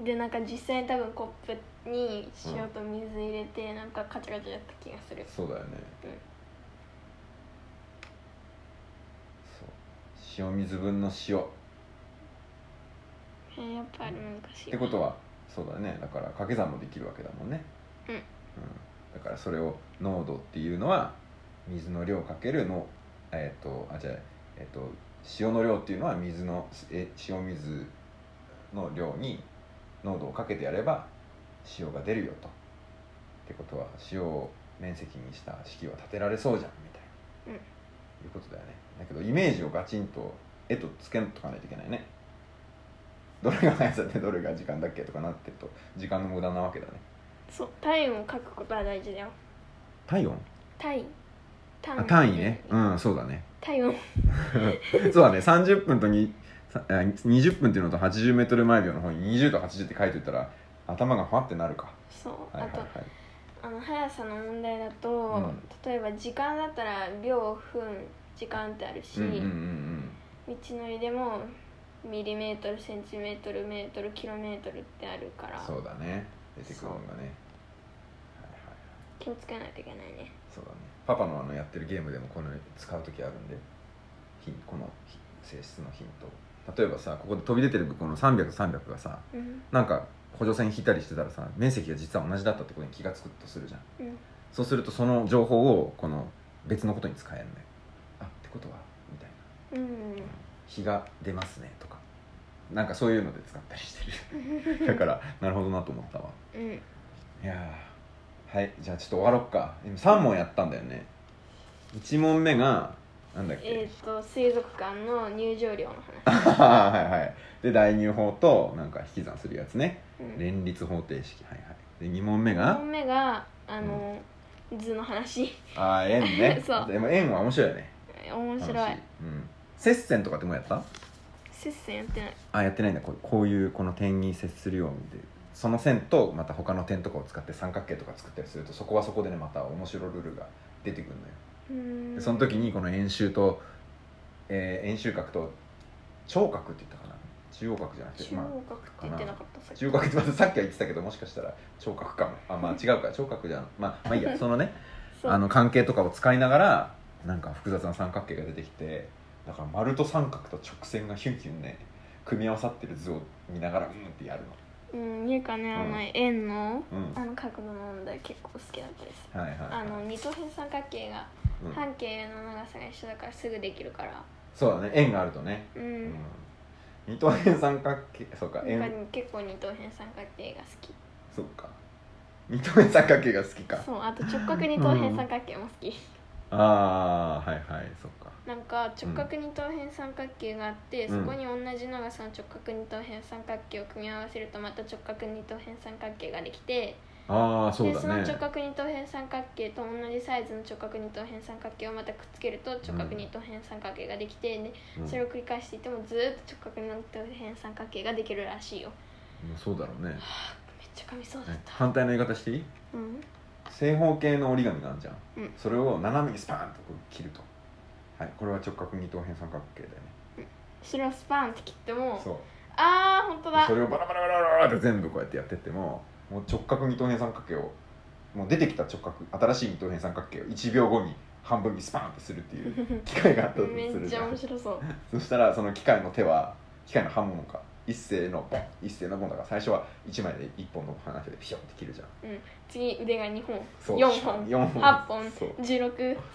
Speaker 1: う
Speaker 2: でなんか実際に多分コップに塩と水入れてなんかカチャカチャやった気がする
Speaker 1: そうだよね、
Speaker 2: うん
Speaker 1: そう塩水分の塩っ
Speaker 2: えーやっぱり昔
Speaker 1: てことはそうだねだから掛け算もできるわけだもんね
Speaker 2: うん
Speaker 1: だからそれを濃度っていうのは水の量かけるのえっ、とあじゃあえっ、と塩の量っていうのは水のえ塩水の量に濃度をかけてやれば塩が出るよとってことは塩を面積にした式は立てられそうじゃんみたいな、
Speaker 2: うん
Speaker 1: いうことだよねだけどイメージをガチンと絵とつけとかないといけないねどれが速さでどれが時間だっけとかなってると時間の無駄なわけだね
Speaker 2: そう単位を書くことは大事だよ
Speaker 1: 体温
Speaker 2: 単位単
Speaker 1: あ単位ねうんそうだね
Speaker 2: 体温
Speaker 1: そうだね30分とにさあ20分っていうのと 80m 毎秒の方に20と80って書いておいたら頭がファってなるか
Speaker 2: そう、
Speaker 1: はいはい
Speaker 2: あ
Speaker 1: はい
Speaker 2: とあの速さの問題だと、
Speaker 1: うん
Speaker 2: 例えば時間だったら秒分時間ってある
Speaker 1: う
Speaker 2: し、
Speaker 1: んうんうんうん
Speaker 2: 道のりでもミリメートルセンチメートルメートルキロメートルってあるから
Speaker 1: そうだね出てくるのがねはいはいはい
Speaker 2: 気をつけないといけないね
Speaker 1: そうだねパパのあのやってるゲームでもこの使う時あるんでヒンこのヒ性質のヒントを例えばさここで飛び出てるこの300300がさ
Speaker 2: うん
Speaker 1: なんか補助線引いたりしてたらさ面積が実は同じだったってことに気が付くとするじゃん
Speaker 2: うん
Speaker 1: そうするとその情報をこの別のことに使えるんだよあってことはみたいな
Speaker 2: うん
Speaker 1: 日が出ますねとかなんかそういうので使ったりしてるだからなるほどなと思ったわ
Speaker 2: うん
Speaker 1: いやーはいじゃあちょっと終わろっか今3問やったんだよね1問目がなんだっけ、
Speaker 2: えっ、と水族館の入場料の 話、
Speaker 1: はいはいで代入法となんか引き算するやつね
Speaker 2: うん、
Speaker 1: 連立方程式はいはいで2問目
Speaker 2: 2
Speaker 1: が
Speaker 2: 本目があの、図の話
Speaker 1: ああ円ね
Speaker 2: そう
Speaker 1: でも円は面白いよね
Speaker 2: 面白い
Speaker 1: 楽しうん、接線とかってもうやった
Speaker 2: 接戦やってない
Speaker 1: あやってないんだこうこういうこの点に接するようにでその線とまた他の点とかを使って三角形とか作ったりするとそこはそこでねまた面白いルールが出てくるのよ
Speaker 2: うー
Speaker 1: で
Speaker 2: ん
Speaker 1: その時にこの円周と、えー円周角と頂角って言ったかな中央角じゃなくて、
Speaker 2: 中
Speaker 1: まあ、
Speaker 2: 央角って言ってなかったさっき
Speaker 1: 中国ってまたさっきは言ってたけどもしかしたら聴覚かもあまあ違うか聴覚じゃんまあまあいいやそのね
Speaker 2: そう
Speaker 1: あの関係とかを使いながらなんか複雑な三角形が出てきてだから丸と三角と直線がヒュンヒュンね組み合わさってる図を見ながらうんってやる
Speaker 2: うんゆうかねあ
Speaker 1: う
Speaker 2: の
Speaker 1: ん
Speaker 2: 円の
Speaker 1: のうん
Speaker 2: あの角度の問題結構好きだったです
Speaker 1: はいはい、はい、
Speaker 2: あの二等辺三角形が
Speaker 1: うん
Speaker 2: 半径の長さが一緒だからすぐできるから
Speaker 1: そうだね円があるとね、
Speaker 2: う
Speaker 1: うん
Speaker 2: ん、
Speaker 1: 二等辺三角形そうか
Speaker 2: なんか
Speaker 1: 円
Speaker 2: 結構二等辺三角形が好き
Speaker 1: そうか二等辺三角形が好きか
Speaker 2: そうあと直角二等辺三角形も好き、
Speaker 1: ああはいはいそっか
Speaker 2: なんか直角二等辺三角形があって、
Speaker 1: うん
Speaker 2: そこに同じ長さの直角二等辺三角形を組み合わせるとまた直角二等辺三角形ができて
Speaker 1: ああそう
Speaker 2: で
Speaker 1: だ
Speaker 2: その
Speaker 1: ね
Speaker 2: 直角二等辺三角形と同じサイズの直角二等辺三角形をまたくっつけると直角二等辺三角形ができて、で
Speaker 1: うん
Speaker 2: それを繰り返していってもずーっと直角二等辺三角形ができるらしいよ
Speaker 1: うんそうだろうね
Speaker 2: めっちゃ噛みそうだっ
Speaker 1: ね
Speaker 2: た、
Speaker 1: 反対の言い方していい
Speaker 2: うん
Speaker 1: 正方形の折り紙があるじゃん、
Speaker 2: うん
Speaker 1: それを斜めにスパーンとこう切るとはいこれは直角二等辺三角形だよね
Speaker 2: それをスパンって切っても
Speaker 1: そう
Speaker 2: ああ本当だ
Speaker 1: それをバラバラバラバラって全部こうやってやってってももう直角二等辺三角形をもう出てきた直角新しい二等辺三角形を1秒後に半分にスパーンってするっていう 機会があったとす
Speaker 2: めっ
Speaker 1: る
Speaker 2: ち
Speaker 1: じ
Speaker 2: ゃ
Speaker 1: ゃ
Speaker 2: 面
Speaker 1: ん
Speaker 2: 白そう
Speaker 1: そしたらその機械の手は機械の刃物か一斉のボン一斉のボンだから最初は1枚で1本の花火でピョンって切るじゃん
Speaker 2: 次腕が2本
Speaker 1: そう
Speaker 2: 4本
Speaker 1: 4本
Speaker 2: 8本
Speaker 1: そう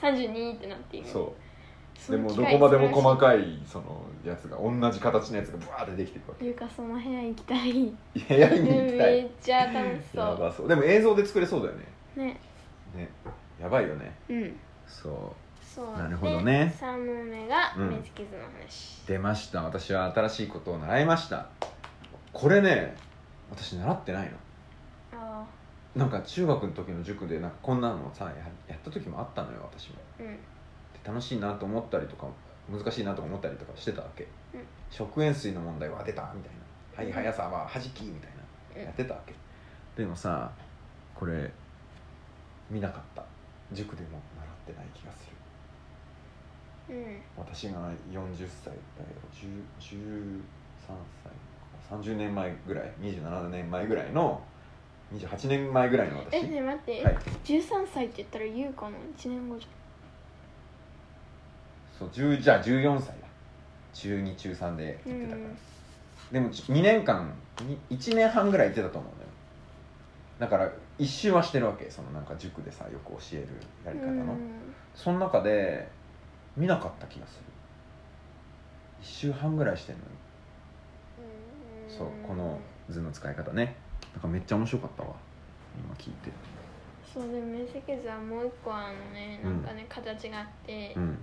Speaker 2: 1632ってなっている
Speaker 1: そう
Speaker 2: そ
Speaker 1: で
Speaker 2: の
Speaker 1: も
Speaker 2: 機
Speaker 1: ど
Speaker 2: 械
Speaker 1: こまでも細かいそのやつが同じ形のやつがブワーってできていくわ
Speaker 2: いうかその部屋行きたい
Speaker 1: け部屋に行きた
Speaker 2: め
Speaker 1: い
Speaker 2: っちゃ楽し
Speaker 1: や
Speaker 2: そ
Speaker 1: ばそうでも映像で作れそうだよね
Speaker 2: うね
Speaker 1: ねやばいよね
Speaker 2: うん
Speaker 1: そ
Speaker 2: そう
Speaker 1: なるほどね
Speaker 2: 3問目が
Speaker 1: うん
Speaker 2: 面積図の話
Speaker 1: う、出ました私は新しいことを習いましたこれね私習ってないの
Speaker 2: あ
Speaker 1: なんか中学の時の塾でなんかこんなのさややった時もあったのよ私も
Speaker 2: あうん
Speaker 1: で楽しいなと思ったりとか難しいなとか思ったりとかしてたわけ、
Speaker 2: うん
Speaker 1: 食塩水の問題は出たみたいな「はい速さははじき」みたいな
Speaker 2: うん
Speaker 1: やってたわけ、でもさこれ見なかった塾でも習ってない気がする
Speaker 2: うん
Speaker 1: 私が40歳だよ10 13歳30年前ぐらい27年前ぐらいの28年前ぐらいの私
Speaker 2: えねえ待って、
Speaker 1: はい
Speaker 2: 13歳って言ったら優香の1年後じ
Speaker 1: そう10じゃあ14歳だ中2中3で行ってたから、でも2年間1年半ぐらい行ってたと思うんだよだから一周はしてるわけそのなんか塾でさよく教えるや
Speaker 2: ゃん
Speaker 1: り方
Speaker 2: う
Speaker 1: の、
Speaker 2: ん
Speaker 1: その中で見なかった気がする1週半ぐらいしてんのにそうこの図の使い方ねだからめっちゃ面白かったわ今聞いて
Speaker 2: そうで面積図はもう一個あのねなんかね、形があって、
Speaker 1: うん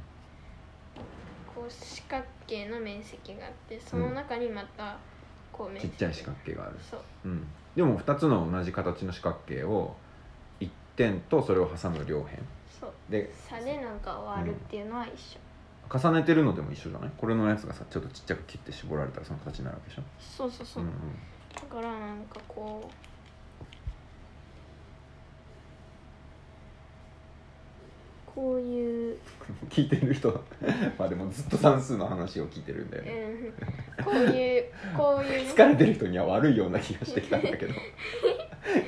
Speaker 2: こう四角形の面積があってその中にまたこう面
Speaker 1: ちっ
Speaker 2: 積
Speaker 1: ちゃい四角形がある、
Speaker 2: そう
Speaker 1: うん、でも2つの同じ形の四角形を1点とそれを挟む両辺
Speaker 2: そう
Speaker 1: で
Speaker 2: 差でなんか割るっていうのは一緒、
Speaker 1: 重ねてるのでも一緒じゃないこれのやつがさちょっとちっちゃく切って絞られたらその形になるわけでしょ
Speaker 2: そうそうそう、
Speaker 1: んん
Speaker 2: だからなんかここういう、
Speaker 1: 聞いてる人 まあでもずっと算数の話を聞いてるんで、
Speaker 2: う
Speaker 1: ね、
Speaker 2: ん、こういうこ ういう
Speaker 1: 疲れてる人には悪いような気がしてきたん だけど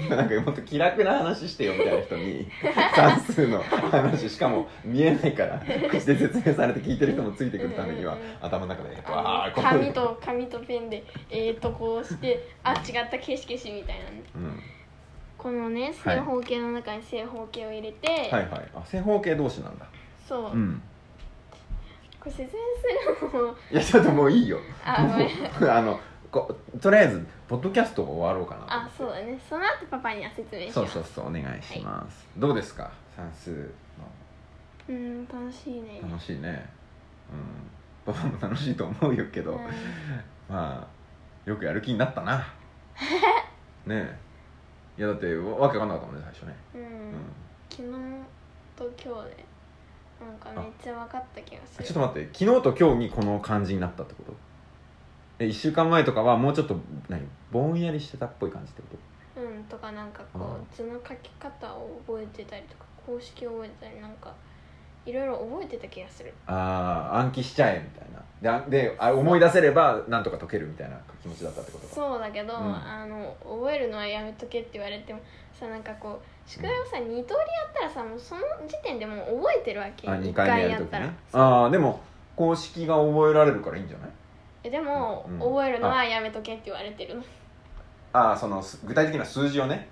Speaker 1: 今なんかもっと気楽な話してよみたいな人に算数の話しかも見えない から口で説明されて聞いてる人もついてくるためには
Speaker 2: うんうんうん
Speaker 1: 頭の中で「あ
Speaker 2: あ
Speaker 1: あ
Speaker 2: の
Speaker 1: こうい
Speaker 2: 紙
Speaker 1: う
Speaker 2: と紙とペンでえー、とこうしてあ違った消し消しみたいなね
Speaker 1: うん
Speaker 2: このね
Speaker 1: はい
Speaker 2: 正方形の中に正方形を入れて、
Speaker 1: はいはいあ正方形同士なんだ
Speaker 2: そう、
Speaker 1: うん
Speaker 2: これ説明するのも
Speaker 1: いやちょっともういいよ
Speaker 2: あごめん
Speaker 1: もう あのことりあえずポッドキャスト終わろうかなと思っ
Speaker 2: あ
Speaker 1: て
Speaker 2: そうだねその後パパには説明しよう
Speaker 1: そうそうそうお願いします、どうですか算数
Speaker 2: うーん楽しいね
Speaker 1: の楽しいねうんパパも楽しいと思うよけど、
Speaker 2: うん
Speaker 1: まあよくやる気にな ったなねえいやだってわわけわかんなかったもんね最初ね
Speaker 2: うん
Speaker 1: うん、
Speaker 2: 昨日と今日でなんかめっちゃ分かった気がす
Speaker 1: あ
Speaker 2: る
Speaker 1: ちょっと待って昨日と今日にこの感じになったってことえ1週間前とかはもうちょっと何ぼんやりしてたっぽい感じってこ
Speaker 2: うんとかなんかこ
Speaker 1: うん
Speaker 2: う図の書き方を覚えてたりとか公式を覚えてたりなんかいろいろ覚えてた気がする
Speaker 1: とああ暗記しちゃえみたいなであであ思い出せればなんとか解けるみたいな気持ちだったってことか
Speaker 2: そうだけど、
Speaker 1: うん
Speaker 2: あの覚えるのはやめとけって言われてもさなんかこう宿題をさ2通りやったらさもうその時点でもう覚えてるわけ
Speaker 1: あ
Speaker 2: 一
Speaker 1: 2回目やると
Speaker 2: っ
Speaker 1: き
Speaker 2: たら
Speaker 1: ねああでも公式が覚えられるからいいんじゃない
Speaker 2: えでも、
Speaker 1: うん
Speaker 2: 覚えるのはやめとけって言われてるの
Speaker 1: ああそのす具体的な数字をね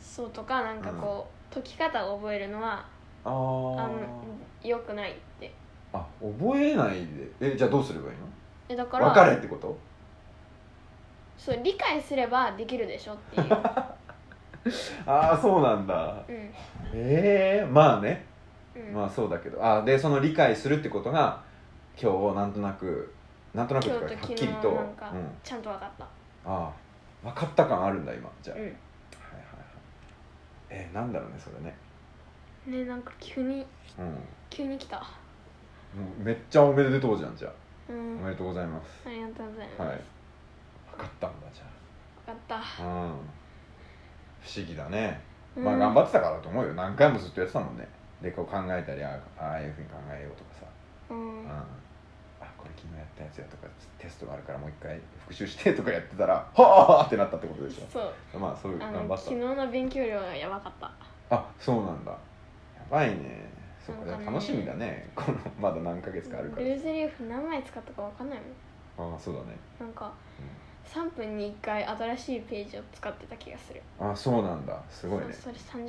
Speaker 2: そうとかなんかこう、解き方を覚えるのは
Speaker 1: ああ
Speaker 2: あのよくないって
Speaker 1: あ覚えないでえじゃあどうすればいいの
Speaker 2: えだから
Speaker 1: 分かれってこと
Speaker 2: そう理解すればできるでしょっていう
Speaker 1: ああそうなんだ
Speaker 2: うん
Speaker 1: ええまあね
Speaker 2: うん、
Speaker 1: まあそうだけどあーでその理解するってことが今日をなんとなくなんとなくっていうか
Speaker 2: 今
Speaker 1: は
Speaker 2: 日
Speaker 1: っ
Speaker 2: と
Speaker 1: きり
Speaker 2: 昨日
Speaker 1: と、うん、
Speaker 2: なんか
Speaker 1: あ
Speaker 2: ちゃんと分かった
Speaker 1: あー分かった感あるんだ今じゃあ、
Speaker 2: う
Speaker 1: はい
Speaker 2: ん
Speaker 1: はいはいえー、なんだろうねそれね
Speaker 2: ねなんか急に
Speaker 1: うん
Speaker 2: 急に来た
Speaker 1: もうめっちゃおめでとうじゃんじゃあ
Speaker 2: うん
Speaker 1: おめでとうございます、
Speaker 2: ありがとうございます、
Speaker 1: はい分かったんだじ
Speaker 2: 分かった
Speaker 1: ゃあうん不思議だね
Speaker 2: うん
Speaker 1: まあ頑張ってたからだと思うよ何回もずっとやってたもんねでこう考えたりああああいうふうに考えようとかさ、
Speaker 2: うん
Speaker 1: うん、あこれ昨日やったやつやとかテストがあるからもう一回復習してとかやってたらはあってなったってことでし
Speaker 2: そう
Speaker 1: ょまあそういう
Speaker 2: あ
Speaker 1: 頑張
Speaker 2: の
Speaker 1: っ
Speaker 2: 昨日の勉強量がやばかった
Speaker 1: たあそうなんだやばいねそうか
Speaker 2: なんかね
Speaker 1: でも楽しみだねこのまだ何ヶ月かあるから
Speaker 2: ルーズリーフ何枚使ったか分かんないもん
Speaker 1: ああそうだね
Speaker 2: なんか3分に1回新しいページを使ってた気がする
Speaker 1: ああそうなんだすごいね
Speaker 2: そうそれ30